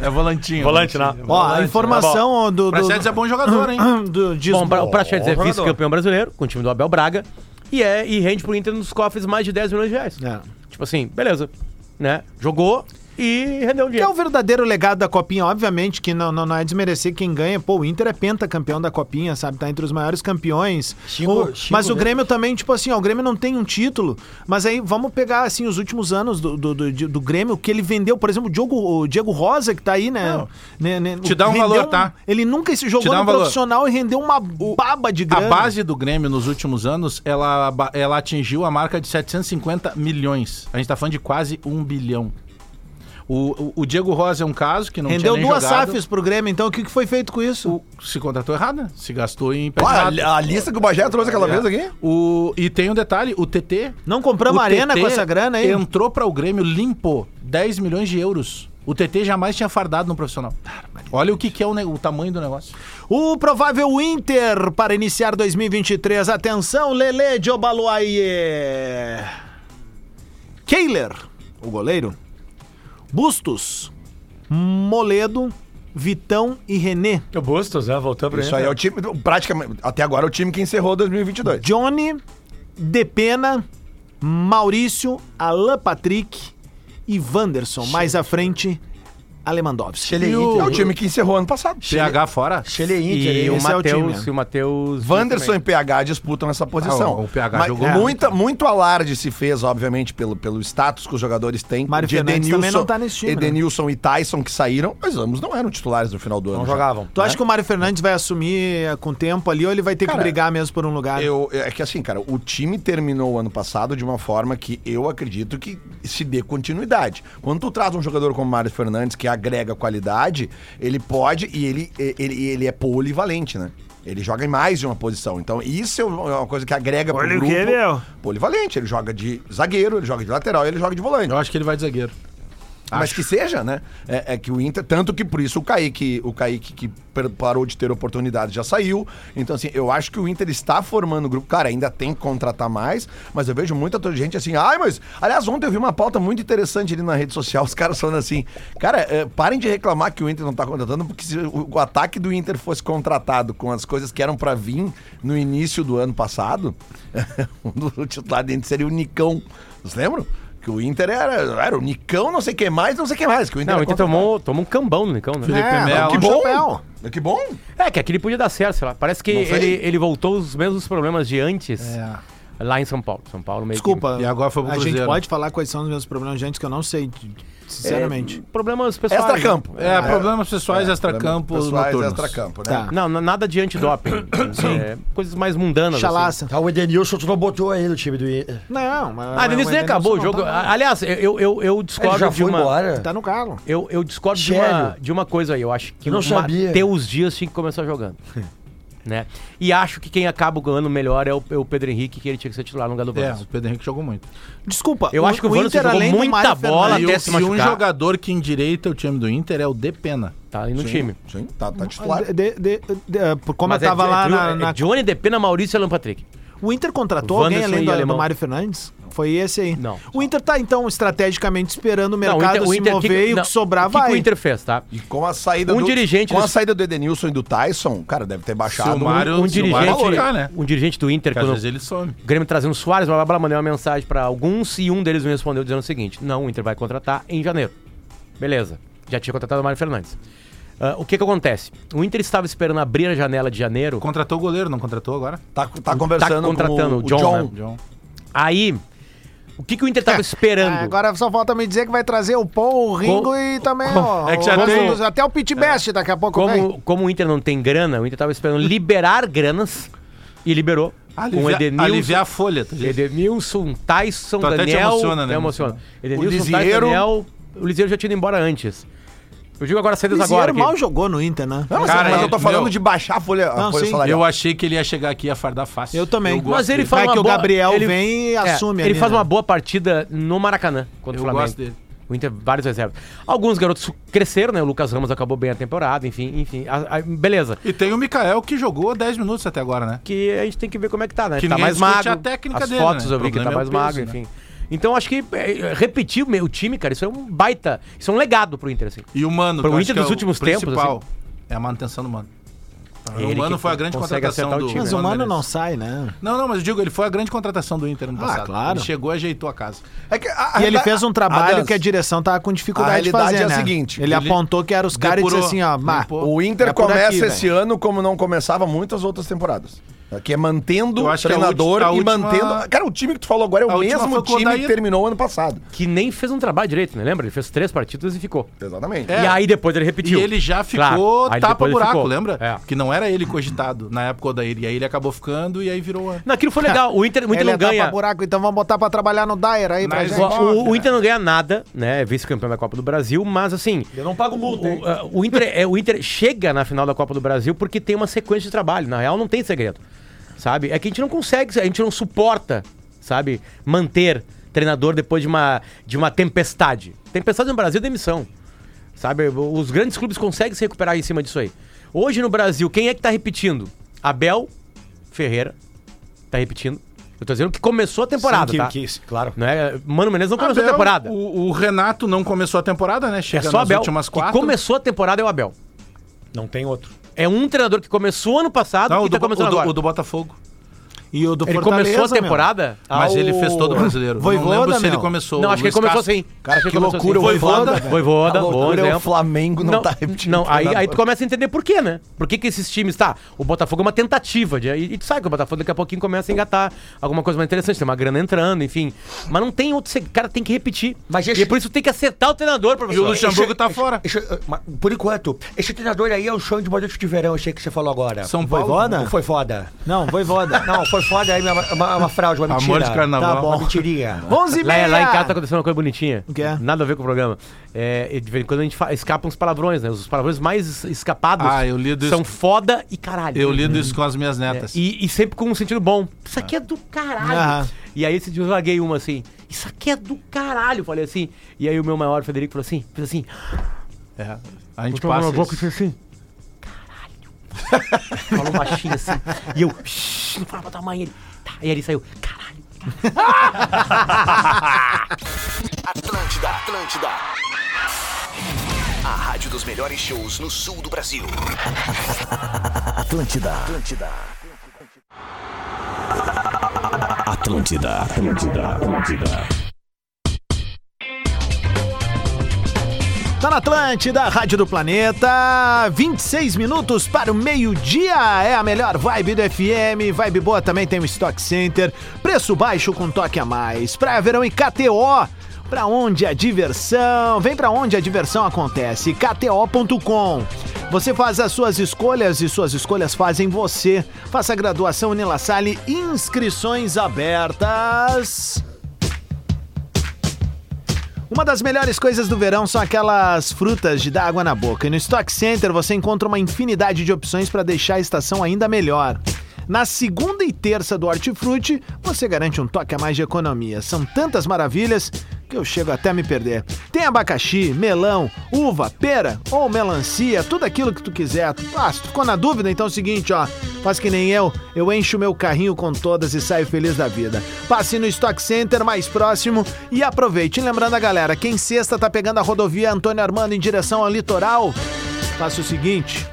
[SPEAKER 6] É volantinho.
[SPEAKER 4] Volante, né?
[SPEAKER 6] volantinho.
[SPEAKER 2] Ó, a informação do...
[SPEAKER 6] O
[SPEAKER 2] do,
[SPEAKER 6] Prachedes é bom jogador, hein?
[SPEAKER 2] do, do diz-
[SPEAKER 5] Bom, Bra- o Prachedes é
[SPEAKER 4] jogador.
[SPEAKER 5] vice-campeão brasileiro com o time do Abel Braga e, é, e rende pro Inter nos cofres mais de 10 milhões de reais.
[SPEAKER 2] É.
[SPEAKER 5] Tipo assim, beleza. Né? Jogou e rendeu um
[SPEAKER 2] Que é
[SPEAKER 5] dinheiro.
[SPEAKER 2] o verdadeiro legado da Copinha, obviamente, que não, não, não é desmerecer quem ganha. Pô, o Inter é pentacampeão da Copinha, sabe? Tá entre os maiores campeões.
[SPEAKER 4] Xingo-
[SPEAKER 2] O-
[SPEAKER 4] xingo
[SPEAKER 2] mas o
[SPEAKER 4] mesmo.
[SPEAKER 2] Grêmio também, tipo assim, ó, o Grêmio não tem um título. Mas aí vamos pegar, assim, os últimos anos do, do, do, do Grêmio, que ele vendeu, por exemplo, o Diogo, o Diego Rosa, que tá aí, né?
[SPEAKER 6] Não.
[SPEAKER 2] Né, né,
[SPEAKER 6] Te dá um
[SPEAKER 2] rendeu
[SPEAKER 6] valor, tá?
[SPEAKER 2] Ele nunca se
[SPEAKER 6] Te
[SPEAKER 2] jogou
[SPEAKER 6] dá
[SPEAKER 2] no
[SPEAKER 6] um valor.
[SPEAKER 2] profissional e rendeu uma baba de
[SPEAKER 6] A
[SPEAKER 2] grana.
[SPEAKER 6] base do Grêmio nos últimos anos, ela, ba- ela atingiu a marca de 750 milhões. A gente tá falando de quase um bilhão. O, o- o Diego Rosa é um caso que não
[SPEAKER 2] Rendeu
[SPEAKER 6] tinha nem
[SPEAKER 2] duas
[SPEAKER 6] jogado.
[SPEAKER 2] SAFs pro Grêmio, então o que que foi feito com isso?
[SPEAKER 6] O- se contratou errada, se gastou
[SPEAKER 3] Ó,
[SPEAKER 6] em emprestado.
[SPEAKER 3] a, a lista que o Bagé trouxe aquela vez aqui.
[SPEAKER 6] O, e tem um detalhe, o TT...
[SPEAKER 2] Não compramos
[SPEAKER 6] o
[SPEAKER 2] arena
[SPEAKER 6] TT
[SPEAKER 2] com essa grana aí?
[SPEAKER 6] Entrou para o Grêmio limpo, 10 milhões de euros. O TT jamais tinha fardado no profissional. Olha o que, que é o, ne- o tamanho do negócio.
[SPEAKER 2] O provável Inter para iniciar 2023. Atenção, Lele de Obaluaie. Keiler, o goleiro. Bustos, Moledo, Vitão e René.
[SPEAKER 4] o Bustos, né? Voltou pra
[SPEAKER 3] Isso aí é o time, praticamente, até agora é o time que encerrou 2022.
[SPEAKER 2] Johnny, Depena, Maurício, Alan Patrick e Wanderson. Mais à frente, Alemandowski.
[SPEAKER 3] E o, é o time que encerrou ano passado.
[SPEAKER 6] PH fora.
[SPEAKER 4] Chile Inter,
[SPEAKER 5] E
[SPEAKER 4] hein?
[SPEAKER 5] o
[SPEAKER 2] esse é o
[SPEAKER 5] Matheus
[SPEAKER 2] time.
[SPEAKER 5] e o Matheus.
[SPEAKER 3] Wanderson e
[SPEAKER 5] também.
[SPEAKER 3] PH disputam essa posição.
[SPEAKER 6] Ah, o- o PH jogou
[SPEAKER 3] é,
[SPEAKER 6] muito.
[SPEAKER 3] muita, muito alarde se fez, obviamente, pelo, pelo status que os jogadores têm.
[SPEAKER 2] Mário Fernandes também não tá nesse time, né?
[SPEAKER 3] Edenilson e Tyson que saíram, mas ambos não eram titulares no final do ano.
[SPEAKER 4] Não
[SPEAKER 3] já.
[SPEAKER 4] jogavam.
[SPEAKER 2] Tu acha que o Mário Fernandes vai assumir eh, com o tempo ali ou ele vai ter que
[SPEAKER 3] Cara,
[SPEAKER 2] brigar mesmo por um lugar?
[SPEAKER 3] Eu, é que assim, cara, o time terminou o ano passado de uma forma que eu acredito que se dê continuidade. Quando tu traz um jogador como Mário Fernandes, que agrega qualidade, ele pode e ele, ele, ele é polivalente, né? Ele joga em mais de uma posição. Então, isso é uma coisa que agrega
[SPEAKER 2] Olha
[SPEAKER 3] pro
[SPEAKER 2] o
[SPEAKER 3] grupo.
[SPEAKER 2] que ele é, ó.
[SPEAKER 3] Polivalente. Ele joga de zagueiro, ele joga de lateral e ele joga de volante.
[SPEAKER 6] Eu acho que ele vai de zagueiro.
[SPEAKER 3] Mas que seja, né? É, é que o Inter, tanto que por isso o Kaique, o Kaique que per- parou de ter oportunidade já saiu. Então, assim, eu acho que o Inter está formando o grupo. Cara, ainda tem que contratar mais, mas eu vejo muita outra gente assim, ai, mas. Aliás, ontem eu vi uma pauta muito interessante ali na rede social, os caras falando assim, cara, é, parem de reclamar que o Inter não tá contratando, porque se o, o ataque do Inter fosse contratado com as coisas que eram pra vir no início do ano passado, um o titular do Inter seria o Nicão. Vocês lembram? Que o Inter era, era o Nicão, não sei o que mais, não sei o que mais. Que o Inter
[SPEAKER 5] Não, o
[SPEAKER 3] era
[SPEAKER 5] Inter tomou, tomou um cambão no Nicão, né?
[SPEAKER 2] É,
[SPEAKER 6] Melo.
[SPEAKER 2] que
[SPEAKER 3] contra-
[SPEAKER 2] bom.
[SPEAKER 3] Que bom! Que bom!
[SPEAKER 5] É, que aquele podia dar certo, sei lá. Parece que
[SPEAKER 3] Não sei.
[SPEAKER 5] ele, ele voltou os mesmos problemas de antes lá em São Paulo. São Paulo meio que-
[SPEAKER 2] Desculpa.
[SPEAKER 6] E agora foi pro
[SPEAKER 2] A gente
[SPEAKER 6] Cruzeiro.
[SPEAKER 2] pode falar quais são os meus problemas de antes que eu não sei, sinceramente.
[SPEAKER 5] Problemas pessoais.
[SPEAKER 3] Extra-campo.
[SPEAKER 6] É, problemas pessoais, extracampo, noturnos.
[SPEAKER 3] extra-campo, né?
[SPEAKER 2] Tá.
[SPEAKER 5] É, Não, n- nada de antidoping. É, coisas mais mundanas. assim.
[SPEAKER 2] Chalaça.
[SPEAKER 7] Tá, o Edenilson tu não botou aí no time do Inter.
[SPEAKER 2] Não, mas.
[SPEAKER 5] Ah, Denilson nem acabou o jogo. Ah.
[SPEAKER 2] Tá,
[SPEAKER 5] Aliás, eu, eu, eu discordo
[SPEAKER 7] Ele já
[SPEAKER 5] de
[SPEAKER 7] foi
[SPEAKER 5] uma...
[SPEAKER 7] embora.
[SPEAKER 2] tá no calo.
[SPEAKER 5] Eu, eu discordo de uma,
[SPEAKER 7] Sério?
[SPEAKER 5] de uma coisa aí. Eu acho que
[SPEAKER 7] Eu não
[SPEAKER 5] o
[SPEAKER 7] sabia.
[SPEAKER 5] Matheus Dias tinha que começar jogando. né? E acho que quem acaba ganhando melhor é o, é o Pedro Henrique, que ele tinha que ser titular no lugar do
[SPEAKER 6] É,
[SPEAKER 5] Wanderson.
[SPEAKER 6] o Pedro Henrique jogou muito.
[SPEAKER 2] Desculpa.
[SPEAKER 5] Eu acho que o Wanderson jogou
[SPEAKER 2] além do
[SPEAKER 5] muita
[SPEAKER 2] Mário
[SPEAKER 5] bola
[SPEAKER 2] Fernandes-
[SPEAKER 5] até se machucar.
[SPEAKER 6] um jogador que endireita o time do Inter é o Depena.
[SPEAKER 5] Tá ali no
[SPEAKER 3] Sim,
[SPEAKER 5] time.
[SPEAKER 3] Sim, tá, tá titular.
[SPEAKER 2] Ah, é, De- de- de- de- por como
[SPEAKER 5] Mas
[SPEAKER 2] eu tava
[SPEAKER 5] é-
[SPEAKER 2] lá
[SPEAKER 5] é-
[SPEAKER 2] na.
[SPEAKER 5] é
[SPEAKER 2] na-
[SPEAKER 5] Johnny Depena, Maurício e Alan Patrick.
[SPEAKER 2] O Inter contratou alguém
[SPEAKER 5] Wanderson
[SPEAKER 2] além
[SPEAKER 5] e
[SPEAKER 2] do, do
[SPEAKER 5] Alemão.
[SPEAKER 2] Mário Fernandes? Foi esse aí.
[SPEAKER 5] Não.
[SPEAKER 2] O Inter tá, então, estrategicamente esperando o mercado se mover e o
[SPEAKER 5] não,
[SPEAKER 2] que sobrar
[SPEAKER 5] o que
[SPEAKER 2] vai.
[SPEAKER 5] que o Inter fez, tá?
[SPEAKER 3] E com a saída
[SPEAKER 5] Um dirigente
[SPEAKER 3] com a
[SPEAKER 5] dos-
[SPEAKER 3] saída do Edenilson e do Tyson, cara, deve ter baixado.
[SPEAKER 6] Se o Mário-
[SPEAKER 5] Um
[SPEAKER 6] se o Mário
[SPEAKER 5] dirigente,
[SPEAKER 6] colocar, né?
[SPEAKER 5] um dirigente do Inter,
[SPEAKER 6] Porque às
[SPEAKER 5] quando
[SPEAKER 6] vezes ele some.
[SPEAKER 5] o Grêmio trazendo o Soares, blá, blá, blá, mandei uma mensagem pra alguns e um deles me respondeu dizendo o seguinte: não, o Inter vai contratar em janeiro. Beleza, já tinha contratado o Mário Fernandes. Ah, o que que acontece? O Inter estava esperando abrir a janela de janeiro
[SPEAKER 6] Contratou o goleiro, não contratou agora?
[SPEAKER 3] Tá, tá conversando
[SPEAKER 5] contratando
[SPEAKER 3] com
[SPEAKER 5] o John, né?
[SPEAKER 6] John.
[SPEAKER 5] Aí, o que, que o Inter tava esperando?
[SPEAKER 2] Ah, agora só falta me dizer que vai trazer o Paul, o Ringo
[SPEAKER 5] Co-
[SPEAKER 2] e também
[SPEAKER 5] co-
[SPEAKER 2] o,
[SPEAKER 6] é que já
[SPEAKER 2] o-
[SPEAKER 6] tem-
[SPEAKER 2] os- até o Pit Best daqui a pouco vem.
[SPEAKER 5] É. como, como o Inter não tem grana, o Inter tava esperando liberar granas e liberou. com
[SPEAKER 6] Aliviar,
[SPEAKER 5] Edenilson,
[SPEAKER 6] aliviar a folha. tá Tu disse.
[SPEAKER 5] Edenilson, Tyson,
[SPEAKER 6] Tu até te
[SPEAKER 5] Daniel.
[SPEAKER 6] emociona, né?
[SPEAKER 5] Até emociona. Edenilson,
[SPEAKER 3] O Lisieiro-
[SPEAKER 5] Tyson, Daniel. O Lisieiro já tinha ido embora antes. Eu digo agora saídas
[SPEAKER 2] Lisieiro
[SPEAKER 5] agora. aqui.
[SPEAKER 2] mal jogou no Inter, né?
[SPEAKER 3] Não, mas-
[SPEAKER 6] Cara,
[SPEAKER 3] mas eu
[SPEAKER 6] ele-
[SPEAKER 3] tô falando
[SPEAKER 6] meu-
[SPEAKER 3] de baixar a folha, a
[SPEAKER 2] Não,
[SPEAKER 3] folha
[SPEAKER 2] sim.
[SPEAKER 3] salarial.
[SPEAKER 6] Eu achei que ele ia chegar aqui e ia fardar fácil.
[SPEAKER 2] Eu também.
[SPEAKER 6] gosto
[SPEAKER 5] Mas ele
[SPEAKER 6] dele.
[SPEAKER 5] faz
[SPEAKER 2] Vai
[SPEAKER 5] uma
[SPEAKER 2] que o
[SPEAKER 5] boa-
[SPEAKER 2] Gabriel
[SPEAKER 5] ele- é,
[SPEAKER 2] vem e assume
[SPEAKER 5] Ele
[SPEAKER 2] ali,
[SPEAKER 5] faz
[SPEAKER 2] né?
[SPEAKER 5] uma boa partida no Maracanã contra
[SPEAKER 6] Eu
[SPEAKER 5] o Flamengo.
[SPEAKER 6] gosto dele.
[SPEAKER 5] O Inter, vários reservas. Alguns garotos cresceram, né? O Lucas Ramos acabou bem a temporada, enfim, enfim. A- a- beleza.
[SPEAKER 6] E tem o Mikael que jogou 10 minutos até agora, né?
[SPEAKER 5] que a gente tem que ver como é que tá, né?
[SPEAKER 6] Que
[SPEAKER 5] tá
[SPEAKER 6] ninguém
[SPEAKER 5] mais
[SPEAKER 6] discute
[SPEAKER 5] magro.
[SPEAKER 6] a técnica
[SPEAKER 5] as
[SPEAKER 6] dele,
[SPEAKER 5] fotos
[SPEAKER 6] né?
[SPEAKER 5] eu vi que
[SPEAKER 6] O
[SPEAKER 5] tá mais
[SPEAKER 6] problema é o
[SPEAKER 5] magro,
[SPEAKER 6] peso,
[SPEAKER 5] enfim. Então acho que é, repetir o meu time, cara, isso é um baita, isso é um legado pro Inter assim.
[SPEAKER 6] E o Mano,
[SPEAKER 5] Pro
[SPEAKER 6] que eu acho
[SPEAKER 5] Inter
[SPEAKER 6] que
[SPEAKER 5] dos
[SPEAKER 6] o
[SPEAKER 5] últimos tempos, assim. É
[SPEAKER 6] principal É a manutenção do Mano.
[SPEAKER 5] Ele
[SPEAKER 6] o Mano
[SPEAKER 5] que
[SPEAKER 6] foi a grande
[SPEAKER 5] consegue
[SPEAKER 6] contratação
[SPEAKER 5] acertar o
[SPEAKER 6] do
[SPEAKER 5] time.
[SPEAKER 2] Mas o Mano
[SPEAKER 6] Menezes.
[SPEAKER 2] não sai, né?
[SPEAKER 6] Não, não, mas eu digo, ele foi a grande contratação do Inter no
[SPEAKER 2] Ah,
[SPEAKER 6] passado.
[SPEAKER 2] claro.
[SPEAKER 6] Ele chegou e ajeitou a casa.
[SPEAKER 3] É que a- a-
[SPEAKER 2] E ele fez um trabalho
[SPEAKER 3] Adams,
[SPEAKER 2] que a direção tava com
[SPEAKER 3] a
[SPEAKER 2] dificuldade de
[SPEAKER 3] realidade
[SPEAKER 2] fazer,
[SPEAKER 3] é a
[SPEAKER 2] né?
[SPEAKER 3] seguinte,
[SPEAKER 2] ele,
[SPEAKER 6] ele
[SPEAKER 2] apontou que era os caras e disse
[SPEAKER 6] depurou,
[SPEAKER 2] assim, ó, "Bah,
[SPEAKER 6] limpou.
[SPEAKER 3] O Inter
[SPEAKER 2] É por
[SPEAKER 3] começa
[SPEAKER 2] aqui,
[SPEAKER 3] esse ano como não começava muitas outras temporadas. Que é mantendo
[SPEAKER 6] Eu
[SPEAKER 3] o
[SPEAKER 6] acho que a
[SPEAKER 3] treinador
[SPEAKER 6] ulti- a
[SPEAKER 3] e
[SPEAKER 6] última-
[SPEAKER 3] mantendo. Cara, o time que tu falou agora é
[SPEAKER 6] A
[SPEAKER 3] o
[SPEAKER 6] última
[SPEAKER 3] mesmo
[SPEAKER 6] foi com o
[SPEAKER 3] time que
[SPEAKER 6] Odair.
[SPEAKER 3] terminou o ano passado.
[SPEAKER 5] Que nem fez um trabalho direito, né? Lembra? Ele fez três partidas e ficou.
[SPEAKER 3] Exatamente.
[SPEAKER 6] É.
[SPEAKER 5] E aí depois ele repetiu.
[SPEAKER 6] E ele já
[SPEAKER 5] Claro.
[SPEAKER 6] ficou
[SPEAKER 5] Aí depois ele
[SPEAKER 6] tapa-buraco,
[SPEAKER 5] ficou.
[SPEAKER 6] lembra?
[SPEAKER 5] É.
[SPEAKER 6] Que não era ele cogitado na época o Daír. E aí ele acabou ficando e aí virou o ano.
[SPEAKER 5] Não, aquilo foi legal. O Inter, o Inter
[SPEAKER 2] ele
[SPEAKER 5] não
[SPEAKER 2] é tapa
[SPEAKER 5] ganha.
[SPEAKER 2] buraco, então vamos botar pra trabalhar no Dyer aí pra
[SPEAKER 6] Mas
[SPEAKER 2] gente.
[SPEAKER 5] O,
[SPEAKER 6] Óbvio,
[SPEAKER 5] o- o Inter não ganha nada, né? É vice-campeão da Copa do Brasil, mas assim.
[SPEAKER 4] Eu não pago multa, hein?
[SPEAKER 5] O, ah, o Inter, é, o Inter chega na final da Copa do Brasil porque tem uma sequência de trabalho. Na real, não tem segredo. Sabe? É que a gente não consegue, a gente não suporta, sabe? Manter treinador depois de uma, de uma tempestade. Tempestade no Brasil é demissão. Sabe? Os grandes clubes conseguem se recuperar em cima disso aí. Hoje no Brasil, quem é que tá repetindo? Abel Ferreira. Tá repetindo. Eu tô dizendo que começou a temporada,
[SPEAKER 4] Sim,
[SPEAKER 5] tá?
[SPEAKER 4] que- que- claro.
[SPEAKER 5] Não é? Mano Menezes não começou a temporada.
[SPEAKER 6] O, o Renato não começou a temporada, né?
[SPEAKER 5] É
[SPEAKER 6] Chega
[SPEAKER 5] só
[SPEAKER 6] nas
[SPEAKER 5] Abel.
[SPEAKER 6] últimas
[SPEAKER 5] Que
[SPEAKER 6] quatro.
[SPEAKER 5] começou a temporada é o Abel.
[SPEAKER 4] Não tem outro.
[SPEAKER 5] É um treinador que começou ano passado
[SPEAKER 6] Não,
[SPEAKER 5] e
[SPEAKER 6] o do,
[SPEAKER 5] tá
[SPEAKER 6] o,
[SPEAKER 5] começando
[SPEAKER 6] do,
[SPEAKER 5] agora.
[SPEAKER 6] o do Botafogo.
[SPEAKER 2] E o do
[SPEAKER 5] ele
[SPEAKER 2] Fortaleza,
[SPEAKER 5] começou a
[SPEAKER 2] meu.
[SPEAKER 5] temporada?
[SPEAKER 6] Mas
[SPEAKER 5] ao-
[SPEAKER 6] ele fez todo o brasileiro. Eu não
[SPEAKER 2] Voivoda,
[SPEAKER 6] lembro se
[SPEAKER 2] meu.
[SPEAKER 6] ele começou.
[SPEAKER 5] Não, acho que ele
[SPEAKER 6] Luiz
[SPEAKER 5] começou
[SPEAKER 6] Castro.
[SPEAKER 5] assim.
[SPEAKER 3] Cara,
[SPEAKER 5] Acho
[SPEAKER 3] que
[SPEAKER 5] ele começou
[SPEAKER 3] loucura,
[SPEAKER 5] assim.
[SPEAKER 3] o Voivoda, velho.
[SPEAKER 5] Voivoda,
[SPEAKER 3] A
[SPEAKER 6] Tá
[SPEAKER 5] bom
[SPEAKER 3] loucura é o
[SPEAKER 5] exemplo.
[SPEAKER 3] Flamengo não tá repetindo
[SPEAKER 5] Não, aí, aí
[SPEAKER 3] treinador.
[SPEAKER 5] tu começa a entender por quê, né? Por que, que esses times. Tá, o Botafogo é uma tentativa. De, e, e tu sabe que o Botafogo daqui a pouquinho começa a engatar alguma coisa mais interessante, tem uma grana entrando, enfim. Mas não tem outro. seg- Cara, tem que repetir.
[SPEAKER 7] Mas esse-
[SPEAKER 5] E é por isso tem que acertar o treinador,
[SPEAKER 6] E o
[SPEAKER 5] professor.
[SPEAKER 6] Luxemburgo tá fora.
[SPEAKER 7] Esse- mas, eh, por enquanto, esse treinador aí é o sonho de modelo de verão, achei que você falou agora.
[SPEAKER 6] São
[SPEAKER 2] Foi
[SPEAKER 6] Paulo.
[SPEAKER 2] foda?
[SPEAKER 7] Não foi foda.
[SPEAKER 2] Não, foi foda.
[SPEAKER 7] Não, foi foda aí, uma, uma, uma fraude, uma mentira.
[SPEAKER 6] Amor de carnaval.
[SPEAKER 7] Tá bom, uma mentirinha.
[SPEAKER 2] 11 e
[SPEAKER 5] Lá,
[SPEAKER 2] meia.
[SPEAKER 5] lá em casa tá acontecendo uma coisa bonitinha.
[SPEAKER 2] O que é?
[SPEAKER 5] Nada a ver com o programa. É, e de vez em quando a gente fa- escapa uns palavrões, né? Os palavrões mais es- escapados
[SPEAKER 6] Ah, eu li do
[SPEAKER 5] são
[SPEAKER 6] es-
[SPEAKER 5] foda e caralho.
[SPEAKER 6] Eu lido isso com as minhas
[SPEAKER 5] É,
[SPEAKER 6] netas.
[SPEAKER 5] e, e sempre com um sentido bom. Isso aqui é do caralho.
[SPEAKER 2] Aham.
[SPEAKER 5] E aí esse dia eu larguei uma assim. Isso aqui é do caralho. eu Falei assim. E aí o meu maior, Federico, falou assim. Fez assim.
[SPEAKER 6] É, A gente
[SPEAKER 5] botou a mão
[SPEAKER 6] passa.
[SPEAKER 5] na boca e
[SPEAKER 6] isso.
[SPEAKER 5] fez assim. Caralho. Falou baixinho assim. E eu. "Shh, Não fala pra tua mãe. Ele, tá. E aí ele saiu. Caralho.
[SPEAKER 8] Atlântida, Atlântida. A rádio dos melhores shows no sul do Brasil. Atlântida, Atlântida.
[SPEAKER 1] Atlântida, Atlântida, Atlântida.
[SPEAKER 2] Tá na Atlântida, Rádio do Planeta. 26 minutos para o meio-dia. É a melhor vibe do FM. Vibe boa também tem o Stock Center. Preço baixo com toque a mais. Praia Verão e KTO. Pra onde a diversão? Vem pra onde a diversão acontece. KTO.com. Você faz as suas escolhas e suas escolhas fazem você. Faça a graduação Unilassale, inscrições abertas. Uma das melhores coisas do verão são aquelas frutas de dar água na boca. E no Stock Center você encontra uma infinidade de opções para deixar a estação ainda melhor. Na segunda e terça do Hortifruti, você garante um toque a mais de economia. São tantas maravilhas que eu chego até a me perder. Tem abacaxi, melão, uva, pera ou melancia, tudo aquilo que tu quiser. Ah, se tu ficou na dúvida, então é o seguinte, ó. Faz que nem eu, eu encho meu carrinho com todas e saio feliz da vida. Passe no Stock Center mais próximo e aproveite. E Lembrando a galera, quem sexta tá pegando a rodovia Antônio Armando em direção ao litoral, faça o seguinte.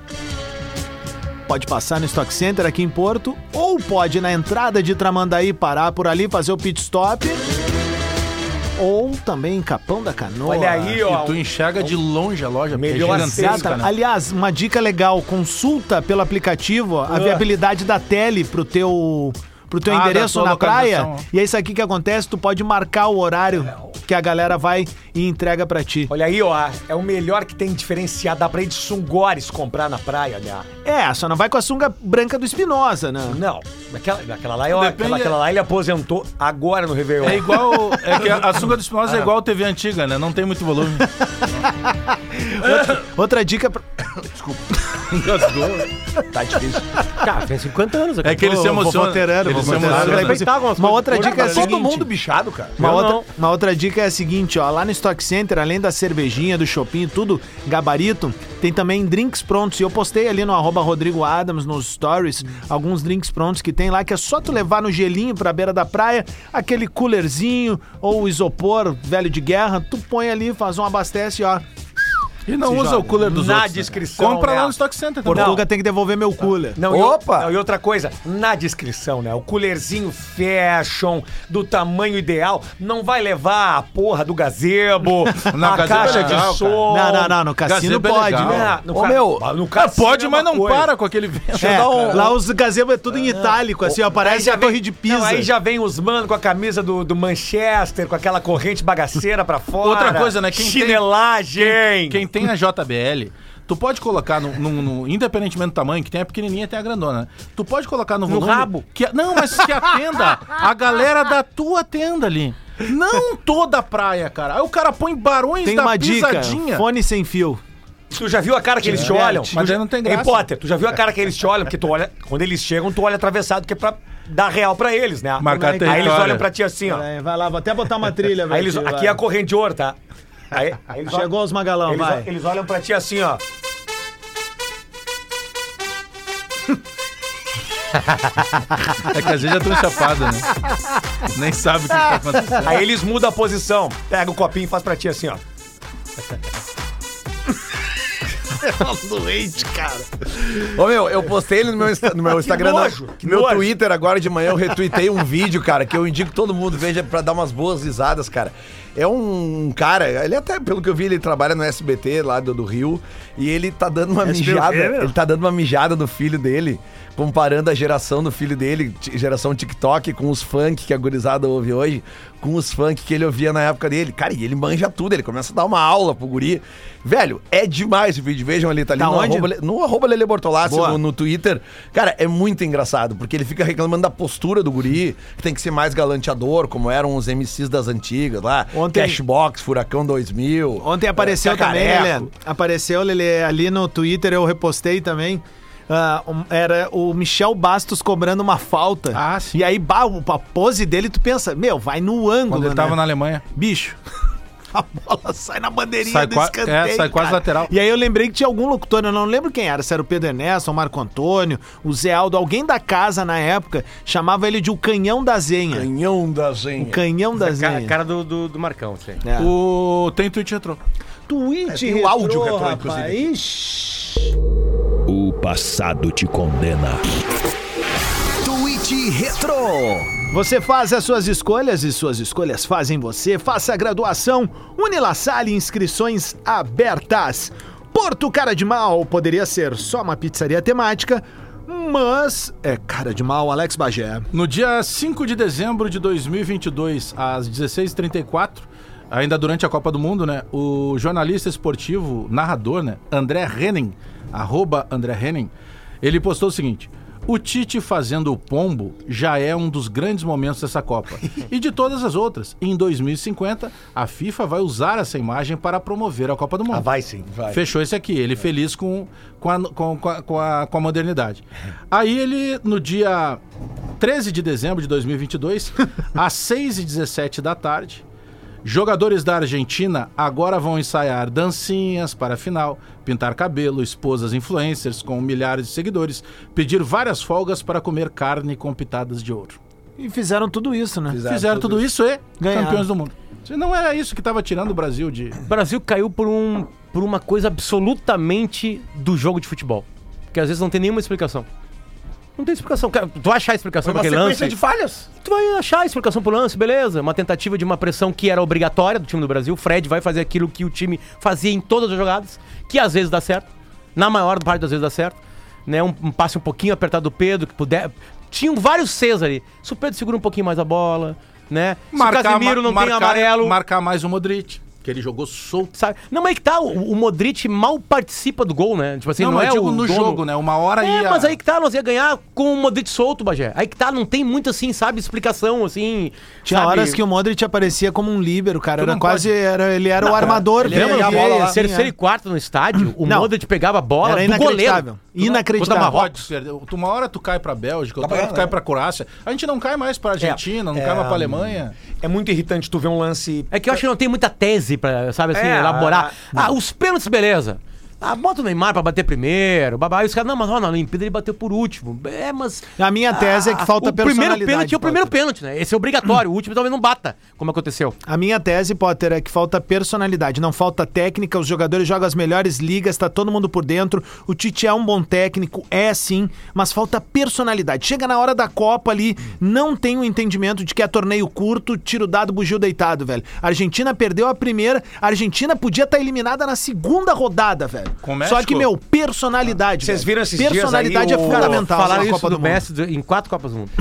[SPEAKER 2] Pode passar no Stock Center aqui em Porto ou pode na entrada de Tramandaí parar por ali, fazer o pit stop. Ou também em Capão da Canoa.
[SPEAKER 4] Olha aí, ó. um
[SPEAKER 6] E tu enxerga de longe a loja, porque é
[SPEAKER 4] Melhor
[SPEAKER 6] gigantesca,
[SPEAKER 4] acesso,
[SPEAKER 6] né?
[SPEAKER 2] Aliás, uma dica legal, consulta pelo aplicativo a viabilidade da tele pro teu pro teu
[SPEAKER 6] Ah, da
[SPEAKER 2] endereço
[SPEAKER 6] tua
[SPEAKER 2] na
[SPEAKER 6] localização,
[SPEAKER 2] praia.
[SPEAKER 6] ó.
[SPEAKER 2] E é isso aqui que acontece, tu pode marcar o horário que a galera vai e entrega pra ti.
[SPEAKER 4] Olha aí, ó. É o melhor que tem diferenciado. Dá pra ir de sungores comprar na praia, né?
[SPEAKER 2] É, só não vai com a sunga branca do Espinosa, né?
[SPEAKER 4] Não. Aquela, aquela lá, eu,
[SPEAKER 6] Depende-
[SPEAKER 4] aquela, aquela lá ele aposentou agora no Réveillon.
[SPEAKER 6] É igual. É que a sunga dos Espinosa é igual a TV antiga, né? Não tem muito volume.
[SPEAKER 2] Outra dica pra...
[SPEAKER 4] Tá difícil.
[SPEAKER 5] Cara, tem 50 anos.
[SPEAKER 6] É que ele se emociona.
[SPEAKER 2] veterano,
[SPEAKER 6] Ele
[SPEAKER 2] vou
[SPEAKER 6] se
[SPEAKER 2] veterano.
[SPEAKER 6] emociona.
[SPEAKER 2] Vai
[SPEAKER 5] respeitar algumas
[SPEAKER 2] Uma
[SPEAKER 5] coisas.
[SPEAKER 2] outra dica é a
[SPEAKER 3] Tá todo
[SPEAKER 2] seguinte,
[SPEAKER 3] mundo bichado, cara.
[SPEAKER 2] Uma
[SPEAKER 5] Eu
[SPEAKER 2] outra,
[SPEAKER 5] não.
[SPEAKER 2] uma outra dica é a seguinte, ó, lá no Stock Center, além da cervejinha, do shopping, tudo, gabarito, tem também drinks prontos. E eu postei ali no arroba Rodrigo Adams, nos stories, alguns drinks prontos que tem lá, que é só tu levar no gelinho pra beira da praia, aquele coolerzinho ou isopor velho de guerra, tu põe ali, faz um abastece, ó.
[SPEAKER 6] E não usa o cooler dos
[SPEAKER 4] Na
[SPEAKER 6] outros. né?
[SPEAKER 4] descrição,
[SPEAKER 6] Compra
[SPEAKER 4] né?
[SPEAKER 6] lá no Stock Center também.
[SPEAKER 2] Portuga tem que devolver meu cooler.
[SPEAKER 4] Não, e o-
[SPEAKER 3] Opa!
[SPEAKER 4] não, E, outra coisa, na descrição, né? O coolerzinho fashion do tamanho ideal não vai levar a porra do gazebo,
[SPEAKER 6] Não,
[SPEAKER 4] a
[SPEAKER 6] gazebo é
[SPEAKER 4] caixa
[SPEAKER 6] legal,
[SPEAKER 4] de som.
[SPEAKER 2] Não, não, não, no cassino
[SPEAKER 6] Gazebo é
[SPEAKER 2] pode,
[SPEAKER 6] legal.
[SPEAKER 2] né?
[SPEAKER 4] Ah, no
[SPEAKER 3] Ô, meu,
[SPEAKER 4] no cassino
[SPEAKER 6] Pode,
[SPEAKER 4] é
[SPEAKER 6] mas
[SPEAKER 4] uma
[SPEAKER 6] não
[SPEAKER 4] coisa.
[SPEAKER 6] para com aquele vento.
[SPEAKER 2] É,
[SPEAKER 3] dar um-
[SPEAKER 2] Lá os gazebo é tudo em itálico, assim, ó,
[SPEAKER 4] Aí
[SPEAKER 2] parece
[SPEAKER 4] já
[SPEAKER 2] a torre
[SPEAKER 4] vem-
[SPEAKER 2] de pisa.
[SPEAKER 4] Não, aí já vem os mano com a camisa do, do Manchester, com aquela corrente bagaceira pra fora.
[SPEAKER 6] Outra coisa, né? Quem tem-
[SPEAKER 4] Chinelagem.
[SPEAKER 6] Quem tem a JBL, tu pode colocar no, no- no- independentemente do tamanho, que tem a pequenininha e tem a grandona. né? Tu pode colocar no volume
[SPEAKER 4] rabo.
[SPEAKER 6] que a- não, mas que atenda a galera da tua tenda ali. Não toda a praia, cara. Aí o cara põe barões
[SPEAKER 2] Tem
[SPEAKER 4] tá
[SPEAKER 6] da
[SPEAKER 2] uma dica,
[SPEAKER 6] pisadinha.
[SPEAKER 2] fone sem fio.
[SPEAKER 4] Tu já viu a cara que eles te olham?
[SPEAKER 6] É, mas aí não tem graça.
[SPEAKER 4] Ei, Potter, tu já viu a cara que eles te olham? Porque tu olha, quando eles chegam, tu olha atravessado, que é pra dar real pra eles, né?
[SPEAKER 6] Marcar
[SPEAKER 4] Aí
[SPEAKER 6] território.
[SPEAKER 4] eles olham pra ti assim, ó.
[SPEAKER 2] Peraí, vai lá, vou até botar uma trilha, velho.
[SPEAKER 4] Aí eles, aqui é a corrente de ouro, tá? Aí, aí eles
[SPEAKER 2] Chegou os magalhão,
[SPEAKER 4] eles,
[SPEAKER 2] vai.
[SPEAKER 4] eles olham pra ti assim, ó.
[SPEAKER 6] É que às vezes já tão chapada, né? Nem sabe o que tá acontecendo.
[SPEAKER 4] Aí eles mudam a posição. Pega o copinho e faz pra ti assim, ó.
[SPEAKER 3] Ô meu, eu postei ele no meu, Insta- no meu Instagram. não.
[SPEAKER 4] nojo, Ah, que
[SPEAKER 3] meu
[SPEAKER 4] nojo.
[SPEAKER 3] Twitter agora de manhã eu retuitei um vídeo, cara, que eu indico que todo mundo veja pra dar umas boas risadas, cara. É um cara, ele até, pelo que eu vi, ele trabalha no SBT lá do, do Rio e ele tá dando uma mijada. Ele tá dando uma mijada no filho dele, comparando a geração do filho dele, ti- geração TikTok, com os funk que a gurizada ouve hoje, com os funk que ele ouvia na época dele. Cara, e ele manja tudo, ele começa a dar uma aula pro guri. Velho, é demais o vídeo, vejam ali, tá ali
[SPEAKER 2] Tá
[SPEAKER 3] no
[SPEAKER 2] onde?
[SPEAKER 3] arroba- no arroba Lele Bortolassi
[SPEAKER 2] Boa.
[SPEAKER 3] no, no Twitter. Cara, é muito engraçado, porque ele fica reclamando da postura do guri, que tem que ser mais galanteador, como eram os MCs das antigas lá.
[SPEAKER 2] Ontem-
[SPEAKER 3] Cashbox, Furacão 2000.
[SPEAKER 2] Ontem apareceu
[SPEAKER 3] é,
[SPEAKER 6] tá
[SPEAKER 2] também,
[SPEAKER 5] né,
[SPEAKER 3] Cacareco.
[SPEAKER 2] Lelê. Apareceu, Lelê, ali no Twitter, eu repostei também. ah, um- era o Michel Bastos cobrando uma falta.
[SPEAKER 6] Ah, sim.
[SPEAKER 2] E aí, bah, o- a pose dele, tu pensa, meu, vai no ângulo.
[SPEAKER 6] Quando ele tava
[SPEAKER 2] né?
[SPEAKER 6] na Alemanha.
[SPEAKER 2] Bicho. A bola sai na bandeirinha
[SPEAKER 6] Sai
[SPEAKER 2] do
[SPEAKER 6] qua-
[SPEAKER 2] escanteio.
[SPEAKER 6] é, sai quase
[SPEAKER 2] cara.
[SPEAKER 6] lateral.
[SPEAKER 2] E aí eu lembrei que tinha algum locutor, eu não lembro quem era, se era o Pedro Ernesto, o Marco Antônio, o Zé Aldo, alguém da casa na época, chamava ele de o Canhão da Zenha.
[SPEAKER 3] Canhão da
[SPEAKER 2] O
[SPEAKER 3] Zenha.
[SPEAKER 2] Canhão da
[SPEAKER 5] Cara,
[SPEAKER 6] É
[SPEAKER 2] Zenha.
[SPEAKER 5] cara do, do, do Marcão, isso aí.
[SPEAKER 6] assim.
[SPEAKER 2] É.
[SPEAKER 6] O... Tem tweet retrô.
[SPEAKER 2] Twitch
[SPEAKER 3] É, tem o áudio retrô, inclusive.
[SPEAKER 2] inclusive.
[SPEAKER 1] O passado te condena.
[SPEAKER 8] Twitch Retro.
[SPEAKER 2] Você faz as suas escolhas e suas escolhas fazem você. Faça a graduação Unilassalle, inscrições abertas. Porto Cara de Mal poderia ser só uma pizzaria temática, mas é Cara de Mal, Alex Bagé.
[SPEAKER 6] No dia 5 de dezembro de 2022, às 16h34, ainda durante a Copa do Mundo, né? O jornalista esportivo, narrador, né? André Henning, arroba André Henning, ele postou o seguinte. O Tite fazendo o pombo já é um dos grandes momentos dessa Copa. E de todas as outras. Em 2050, a FIFA vai usar essa imagem para promover a Copa do Mundo.
[SPEAKER 4] Ah, vai sim.
[SPEAKER 6] Fechou esse aqui, ele feliz com, com, a, com, com a, com a- com a modernidade. Aí ele, no dia 13 de dezembro de 2022, às 6h17 da tarde, Jogadores da Argentina agora vão ensaiar dancinhas para a final, pintar cabelo, esposas influencers com milhares de seguidores, pedir várias folgas para comer carne com pitadas de ouro.
[SPEAKER 2] E fizeram tudo isso, né?
[SPEAKER 6] Fizeram tudo isso e
[SPEAKER 2] Ganharam.
[SPEAKER 6] campeões do mundo. Se Não era isso que estava tirando o Brasil de.
[SPEAKER 5] O Brasil caiu por, um, por uma coisa absolutamente do jogo de futebol. Que às vezes não tem nenhuma explicação. Não tem explicação. Cara, Tu vai achar a explicação pra aquele lance.
[SPEAKER 3] falhas.
[SPEAKER 5] Tu vai achar a explicação pro lance, beleza. Uma tentativa de uma pressão que era obrigatória do time do Brasil. O Fred vai fazer aquilo que o time fazia em todas as jogadas, que às vezes dá certo. Na maior parte das vezes dá certo. Né? Um, um passe um pouquinho apertado do Pedro, que puder. Tinham vários Cs ali. Se o Pedro segura um pouquinho mais a bola, né? Se o Casimiro não tem amarelo.
[SPEAKER 6] Marcar mais o Modric, que ele jogou solto.
[SPEAKER 5] sabe? Não, mas é que tá, o, o Modric mal participa do gol, né? Tipo assim, não,
[SPEAKER 6] mas
[SPEAKER 5] é
[SPEAKER 6] eu digo
[SPEAKER 5] o
[SPEAKER 6] no
[SPEAKER 5] dono.
[SPEAKER 6] jogo, né? Uma hora
[SPEAKER 5] É,
[SPEAKER 6] ia-
[SPEAKER 5] mas aí que tá, nós ia ganhar com o Modric solto, Bagé. Aí que tá, não tem muito assim, sabe, explicação, assim.
[SPEAKER 2] Tinha
[SPEAKER 5] sabe?
[SPEAKER 2] horas que o Modric aparecia como um líbero, cara.
[SPEAKER 6] Tu
[SPEAKER 2] Era
[SPEAKER 6] não
[SPEAKER 2] quase.
[SPEAKER 6] pode-
[SPEAKER 2] Era, é. ele era o armador.
[SPEAKER 3] ele ia
[SPEAKER 2] dele,
[SPEAKER 3] pegar a bola lá.
[SPEAKER 2] assim,
[SPEAKER 5] terceiro
[SPEAKER 2] é.
[SPEAKER 5] e quarto no estádio, o
[SPEAKER 2] Não.
[SPEAKER 5] Modric pegava a bola
[SPEAKER 2] Era
[SPEAKER 5] do
[SPEAKER 2] inacreditável.
[SPEAKER 5] goleiro.
[SPEAKER 2] Inacreditável.
[SPEAKER 5] Contra Marrocos.
[SPEAKER 6] Marrocos. perdeu. Tu- Uma hora tu cai pra Bélgica, outra hora tu cai pra Croácia. A gente não cai mais pra Argentina, não
[SPEAKER 4] é,
[SPEAKER 6] cai mais pra
[SPEAKER 4] hum.
[SPEAKER 6] Alemanha.
[SPEAKER 4] É muito irritante tu ver um lance.
[SPEAKER 5] É que eu acho que não tem muita tese pra, sabe, assim,
[SPEAKER 4] É,
[SPEAKER 5] elaborar.
[SPEAKER 4] a-
[SPEAKER 5] Ah, os pênaltis, beleza. Ah, bota o Neymar pra bater primeiro, babá. Aí os caras, não, mas ó, na Olimpíada ele bateu por último. É, mas...
[SPEAKER 2] A minha tese é que falta
[SPEAKER 5] Ah, o primeiro
[SPEAKER 2] personalidade,
[SPEAKER 5] pênalti é o
[SPEAKER 2] Potter.
[SPEAKER 5] primeiro pênalti, né? Esse é obrigatório, o último talvez não bata, como aconteceu.
[SPEAKER 2] A minha tese, Potter, é que falta personalidade, não falta técnica. Os jogadores jogam as melhores ligas, tá todo mundo por dentro. O Tite é um bom técnico, é sim, mas falta personalidade. Chega na hora da Copa ali, não tem o entendimento de que é torneio curto, tiro dado, bugio deitado, velho. A Argentina perdeu a primeira, a Argentina podia estar eliminada na segunda rodada, velho.
[SPEAKER 6] Com o México?
[SPEAKER 2] Só que, meu, personalidade.
[SPEAKER 4] Vocês
[SPEAKER 2] velho.
[SPEAKER 4] viram esses dias aí
[SPEAKER 2] Personalidade é
[SPEAKER 4] o-
[SPEAKER 2] fundamental.
[SPEAKER 5] Falaram
[SPEAKER 2] na
[SPEAKER 5] isso
[SPEAKER 2] Copa
[SPEAKER 5] do,
[SPEAKER 2] Mundo.
[SPEAKER 5] Messi do- em quatro Copas do Mundo.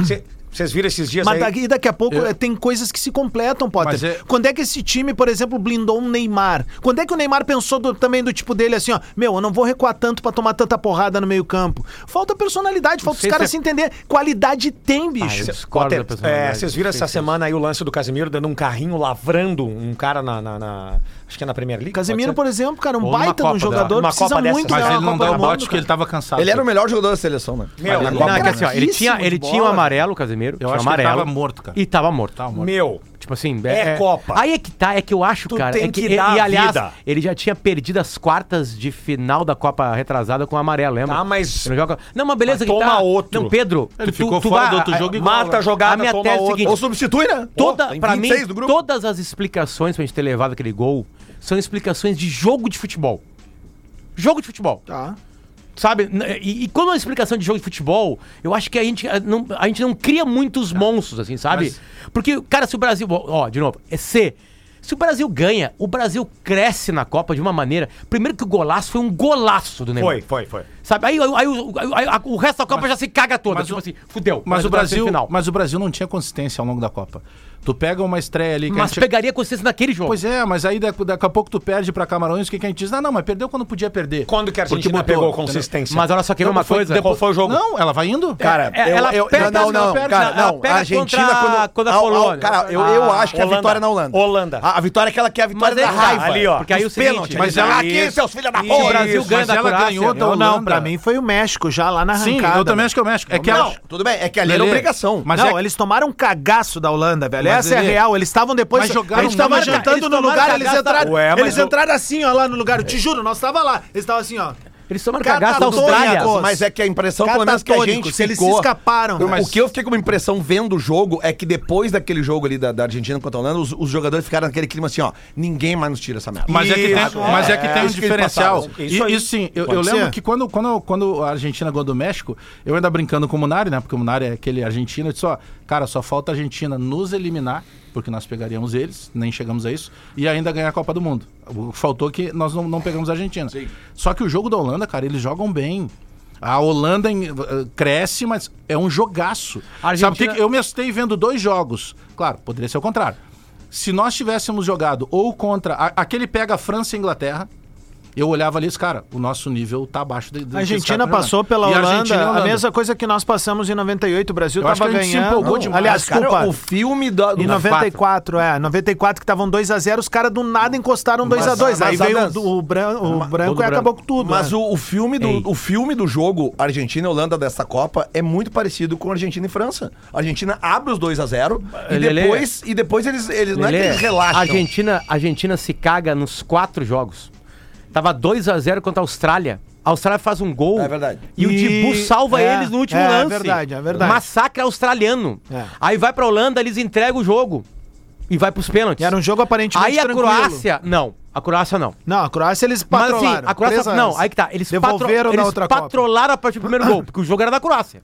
[SPEAKER 4] Vocês viram esses dias
[SPEAKER 2] Mas
[SPEAKER 4] aí?
[SPEAKER 2] daqui- daqui a pouco
[SPEAKER 6] Eu-
[SPEAKER 2] eh, tem coisas que se completam, Potter.
[SPEAKER 6] Mas é-
[SPEAKER 2] Quando é que esse time, por exemplo, blindou um Neymar? Quando é que o Neymar pensou do- também do tipo dele assim, ó, meu, eu não vou recuar tanto pra tomar tanta porrada no meio-campo? Falta personalidade, falta os
[SPEAKER 5] sei
[SPEAKER 6] é
[SPEAKER 2] caras
[SPEAKER 5] se
[SPEAKER 2] se entender. Qualidade tem,
[SPEAKER 5] Ah,
[SPEAKER 2] bicho.
[SPEAKER 5] eu
[SPEAKER 2] Cê-
[SPEAKER 5] discordo
[SPEAKER 4] Potter,
[SPEAKER 5] da
[SPEAKER 4] é,
[SPEAKER 5] personalidade.
[SPEAKER 4] vocês viram essa semana aí o lance do Casemiro dando um carrinho, lavrando um cara na. na- na- acho que é na Premier League.
[SPEAKER 2] Casemiro, por
[SPEAKER 4] pode
[SPEAKER 2] exemplo, cara, um
[SPEAKER 5] Ou numa
[SPEAKER 2] baita de
[SPEAKER 5] Copa
[SPEAKER 2] um
[SPEAKER 5] da-
[SPEAKER 6] né?
[SPEAKER 2] jogador
[SPEAKER 4] uma
[SPEAKER 2] precisa
[SPEAKER 4] Copa dessa,
[SPEAKER 2] muito
[SPEAKER 6] Mas
[SPEAKER 4] mas
[SPEAKER 2] ganhar a
[SPEAKER 6] ele não
[SPEAKER 2] Copa do
[SPEAKER 6] dá o
[SPEAKER 2] Mundo,
[SPEAKER 6] bote porque
[SPEAKER 2] cara.
[SPEAKER 6] ele tava cansado.
[SPEAKER 3] Ele era o melhor jogador da seleção, né?
[SPEAKER 4] Meu,
[SPEAKER 3] Na
[SPEAKER 4] ele-
[SPEAKER 5] Não,
[SPEAKER 3] Copa,
[SPEAKER 5] é que assim, ó, ele
[SPEAKER 2] Pouquíssimo
[SPEAKER 5] tinha, ele
[SPEAKER 2] de
[SPEAKER 5] tinha um
[SPEAKER 2] bola.
[SPEAKER 5] amarelo, Casemiro.
[SPEAKER 6] Eu
[SPEAKER 5] tinha
[SPEAKER 6] acho
[SPEAKER 5] um
[SPEAKER 6] que ele
[SPEAKER 5] amarelo,
[SPEAKER 6] tava morto, cara.
[SPEAKER 5] E tava morto.
[SPEAKER 6] Tá,
[SPEAKER 4] ser.
[SPEAKER 6] amor.
[SPEAKER 4] Meu.
[SPEAKER 5] Tipo assim,
[SPEAKER 4] É Copa.
[SPEAKER 5] Aí é que tá, é que eu acho,
[SPEAKER 4] Tu
[SPEAKER 5] cara.
[SPEAKER 4] tem
[SPEAKER 5] é
[SPEAKER 4] que
[SPEAKER 5] e-
[SPEAKER 4] dar
[SPEAKER 5] e,
[SPEAKER 4] a
[SPEAKER 5] aliás,
[SPEAKER 4] vida.
[SPEAKER 5] ele já tinha perdido as quartas de final da Copa retrasada com o amarelo, lembra?
[SPEAKER 4] Tá, mas-
[SPEAKER 5] Ele joga- Não, mas beleza,
[SPEAKER 4] Mas
[SPEAKER 5] que
[SPEAKER 4] toma
[SPEAKER 5] tá.
[SPEAKER 4] outro.
[SPEAKER 5] Não, Pedro.
[SPEAKER 6] Ele ficou fora do outro
[SPEAKER 5] a-
[SPEAKER 6] jogo e
[SPEAKER 4] Mata a jogada,
[SPEAKER 5] A minha
[SPEAKER 4] toma
[SPEAKER 5] tese é o
[SPEAKER 4] outro.
[SPEAKER 5] seguinte:
[SPEAKER 3] Ou substitui, né?
[SPEAKER 6] tá
[SPEAKER 5] toda,
[SPEAKER 3] Tem
[SPEAKER 5] pra mim,
[SPEAKER 3] 26 do grupo.
[SPEAKER 5] todas as explicações pra gente ter levado aquele gol são explicações de jogo de futebol. Jogo de futebol.
[SPEAKER 2] Tá.
[SPEAKER 5] Sabe? N- E, e quando é uma explicação de jogo de futebol, eu acho que a gente eh, não, a gente não cria muitos monstros, assim, sabe?
[SPEAKER 6] Tá. Mas-
[SPEAKER 5] Porque, cara, se o Brasil. Ó, ó, de novo, é C. Se o Brasil ganha, o Brasil cresce na Copa de uma maneira. Primeiro que o golaço foi um golaço do Neymar.
[SPEAKER 4] Foi, foi, foi.
[SPEAKER 5] Sabe? Aí, aí- aí o- aí a- o resto da Copa já se caga toda.
[SPEAKER 6] mas
[SPEAKER 5] tipo
[SPEAKER 6] o-
[SPEAKER 5] assim, fudeu.
[SPEAKER 6] Mas o,
[SPEAKER 5] tá na
[SPEAKER 6] Brasil,
[SPEAKER 5] semifinal. Mas,
[SPEAKER 6] mas o Brasil não tinha consistência ao longo da Copa. Tu pega uma estreia ali que a gente...
[SPEAKER 5] pegaria consciência naquele jogo.
[SPEAKER 6] Pois é, mas aí da- daqui a pouco tu perde pra Camarões, o que, que a gente diz? Ah, não, mas perdeu quando podia perder.
[SPEAKER 4] Quando que a
[SPEAKER 6] Porque
[SPEAKER 4] Argentina
[SPEAKER 6] botou,
[SPEAKER 4] pegou
[SPEAKER 6] entendeu?
[SPEAKER 4] consistência?
[SPEAKER 5] Mas olha só, quer ver uma coisa?
[SPEAKER 4] Qual foi o jogo?
[SPEAKER 6] Não, ela vai indo.
[SPEAKER 3] Cara,
[SPEAKER 5] É, ela
[SPEAKER 3] eu, eu,
[SPEAKER 5] pega-
[SPEAKER 3] não, não,
[SPEAKER 5] ela pega-
[SPEAKER 3] cara,
[SPEAKER 5] ela
[SPEAKER 3] não.
[SPEAKER 5] pega
[SPEAKER 3] A Argentina
[SPEAKER 5] contra-
[SPEAKER 3] quando,
[SPEAKER 5] contra a
[SPEAKER 3] Ao- ao-
[SPEAKER 5] Polônia.
[SPEAKER 3] cara, eu, eu acho que a
[SPEAKER 4] Holanda.
[SPEAKER 3] vitória é na Holanda.
[SPEAKER 4] Holanda.
[SPEAKER 3] A, a vitória é aquela que é a vitória
[SPEAKER 5] Mas
[SPEAKER 3] da
[SPEAKER 5] é que tá,
[SPEAKER 3] raiva.
[SPEAKER 4] ali, ó.
[SPEAKER 5] porque aí
[SPEAKER 3] Dos
[SPEAKER 5] o seguinte,
[SPEAKER 3] pênaltis,
[SPEAKER 5] mas
[SPEAKER 3] né?
[SPEAKER 6] ela-
[SPEAKER 3] aqui, seus filhos da
[SPEAKER 5] E
[SPEAKER 3] porra.
[SPEAKER 5] o Brasil
[SPEAKER 6] Isso,
[SPEAKER 5] ganha
[SPEAKER 6] mas
[SPEAKER 5] da
[SPEAKER 6] ela
[SPEAKER 5] Croácia. é
[SPEAKER 6] ganhou da
[SPEAKER 5] Não,
[SPEAKER 2] Não,
[SPEAKER 6] Holanda.
[SPEAKER 2] não, pra mim foi o México já lá na
[SPEAKER 6] Sim,
[SPEAKER 2] arrancada. né?
[SPEAKER 6] eu também acho que é o México. É que ela...
[SPEAKER 3] Não, tudo bem, é que ali era
[SPEAKER 6] Lelê,
[SPEAKER 3] obrigação.
[SPEAKER 6] Mas
[SPEAKER 2] não,
[SPEAKER 6] é-
[SPEAKER 2] eles tomaram um cagaço da Holanda, velho.
[SPEAKER 6] Mas
[SPEAKER 2] Essa é a
[SPEAKER 6] ele-
[SPEAKER 2] real. Eles estavam depois.
[SPEAKER 6] Mas
[SPEAKER 2] a
[SPEAKER 6] jogaram
[SPEAKER 2] gente tava
[SPEAKER 6] muito, né?
[SPEAKER 2] jantando
[SPEAKER 5] Eles
[SPEAKER 2] no
[SPEAKER 5] tomaram
[SPEAKER 2] lugar, eles
[SPEAKER 5] cagaço da-
[SPEAKER 2] entraram.
[SPEAKER 4] Ué, mas
[SPEAKER 2] eles
[SPEAKER 4] eu-
[SPEAKER 2] entraram assim, ó, lá no lugar. Eu te juro, nós tava lá. Eles estavam assim, ó.
[SPEAKER 5] Eles tomaram cagaço da
[SPEAKER 2] Catatônicos.
[SPEAKER 5] Austrália.
[SPEAKER 2] Catatônicos.
[SPEAKER 3] Mas é que a impressão, pelo menos que a gente
[SPEAKER 2] Catatônicos, eles se escaparam,
[SPEAKER 3] O,
[SPEAKER 2] mas-
[SPEAKER 3] o que eu fiquei com uma impressão vendo o jogo é que depois daquele jogo ali da, da Argentina contra a Holanda, os, os jogadores ficaram naquele clima assim, ó, ninguém mais nos tira essa merda.
[SPEAKER 6] Mas é que tem,
[SPEAKER 4] Isso,
[SPEAKER 6] mas é
[SPEAKER 4] é,
[SPEAKER 6] que tem um
[SPEAKER 3] isso que eles
[SPEAKER 6] diferencial.
[SPEAKER 3] passaram.
[SPEAKER 6] E- Isso, sim, eu, eu
[SPEAKER 2] Pode
[SPEAKER 6] lembro
[SPEAKER 2] ser.
[SPEAKER 6] que quando, quando, quando a Argentina ganhou do México, eu ainda brincando com o Munari, né? Porque o Munari é aquele argentino, eu disse, ó, cara, só falta a Argentina nos eliminar, porque nós pegaríamos eles, nem chegamos a isso, e ainda ganhar a Copa do Mundo. O que Faltou é que nós não, não pegamos a Argentina. Só que o jogo da Holanda, cara, eles jogam bem. A Holanda em- eh, cresce, mas é um jogaço.
[SPEAKER 5] A
[SPEAKER 6] Sabe o que
[SPEAKER 5] Argentina-
[SPEAKER 6] que- eu me assustei vendo dois jogos. Claro, poderia ser o contrário. Se nós tivéssemos jogado ou contra. a- aquele pega a França e a Inglaterra, Eu olhava ali, esse cara, o nosso nível tá abaixo de, do que
[SPEAKER 2] A
[SPEAKER 6] esse
[SPEAKER 2] Argentina
[SPEAKER 6] cara tá
[SPEAKER 2] passou
[SPEAKER 6] jogando.
[SPEAKER 2] pela
[SPEAKER 6] E
[SPEAKER 2] Holanda,
[SPEAKER 6] Argentina e
[SPEAKER 2] a mesma coisa que nós passamos em 98. O Brasil
[SPEAKER 6] Eu acho
[SPEAKER 2] tava
[SPEAKER 6] que a gente se
[SPEAKER 2] ganhando.
[SPEAKER 6] empolgou demais,
[SPEAKER 2] Aliás,
[SPEAKER 3] Cara, É
[SPEAKER 2] desculpa.
[SPEAKER 3] o filme da, do
[SPEAKER 2] Em 94, é. 94 que estavam 2x0, os caras do nada encostaram 2x2.
[SPEAKER 3] mas,
[SPEAKER 2] Aí veio
[SPEAKER 3] Adams,
[SPEAKER 2] o, bran- o branco e acabou com tudo.
[SPEAKER 3] Mas
[SPEAKER 2] né?
[SPEAKER 3] o, o filme do, o filme do jogo Argentina e Holanda dessa Copa é muito parecido com Argentina e França. A Argentina abre os 2 a 0 e
[SPEAKER 5] Lelê.
[SPEAKER 3] depois, e depois eles, eles não é que
[SPEAKER 5] Lelê,
[SPEAKER 3] eles relaxam.
[SPEAKER 5] A Argentina, a Argentina se caga nos quatro jogos. Tava 2 a 0 contra a Austrália. A Austrália faz um gol.
[SPEAKER 3] É verdade.
[SPEAKER 5] E, o
[SPEAKER 2] E-
[SPEAKER 5] Dibu salva
[SPEAKER 2] é,
[SPEAKER 5] eles no último
[SPEAKER 2] é, é
[SPEAKER 5] lance.
[SPEAKER 2] verdade, é verdade.
[SPEAKER 5] Massacre australiano.
[SPEAKER 2] É.
[SPEAKER 5] Aí vai pra Holanda, eles entregam o jogo. E vai pros pênaltis.
[SPEAKER 2] E era um jogo aparentemente
[SPEAKER 5] Aí a
[SPEAKER 2] tranquilo.
[SPEAKER 5] Croácia. Não, a Croácia não.
[SPEAKER 2] Não, a Croácia eles
[SPEAKER 5] Mas
[SPEAKER 2] patrolaram.
[SPEAKER 5] assim, a Croácia.
[SPEAKER 2] Três
[SPEAKER 5] Não,
[SPEAKER 2] anos.
[SPEAKER 5] aí que tá. Eles,
[SPEAKER 2] devolveram
[SPEAKER 5] patro-
[SPEAKER 2] na
[SPEAKER 5] eles
[SPEAKER 2] outra Copa.
[SPEAKER 5] patrolaram a partir do primeiro gol, porque o jogo era da Croácia.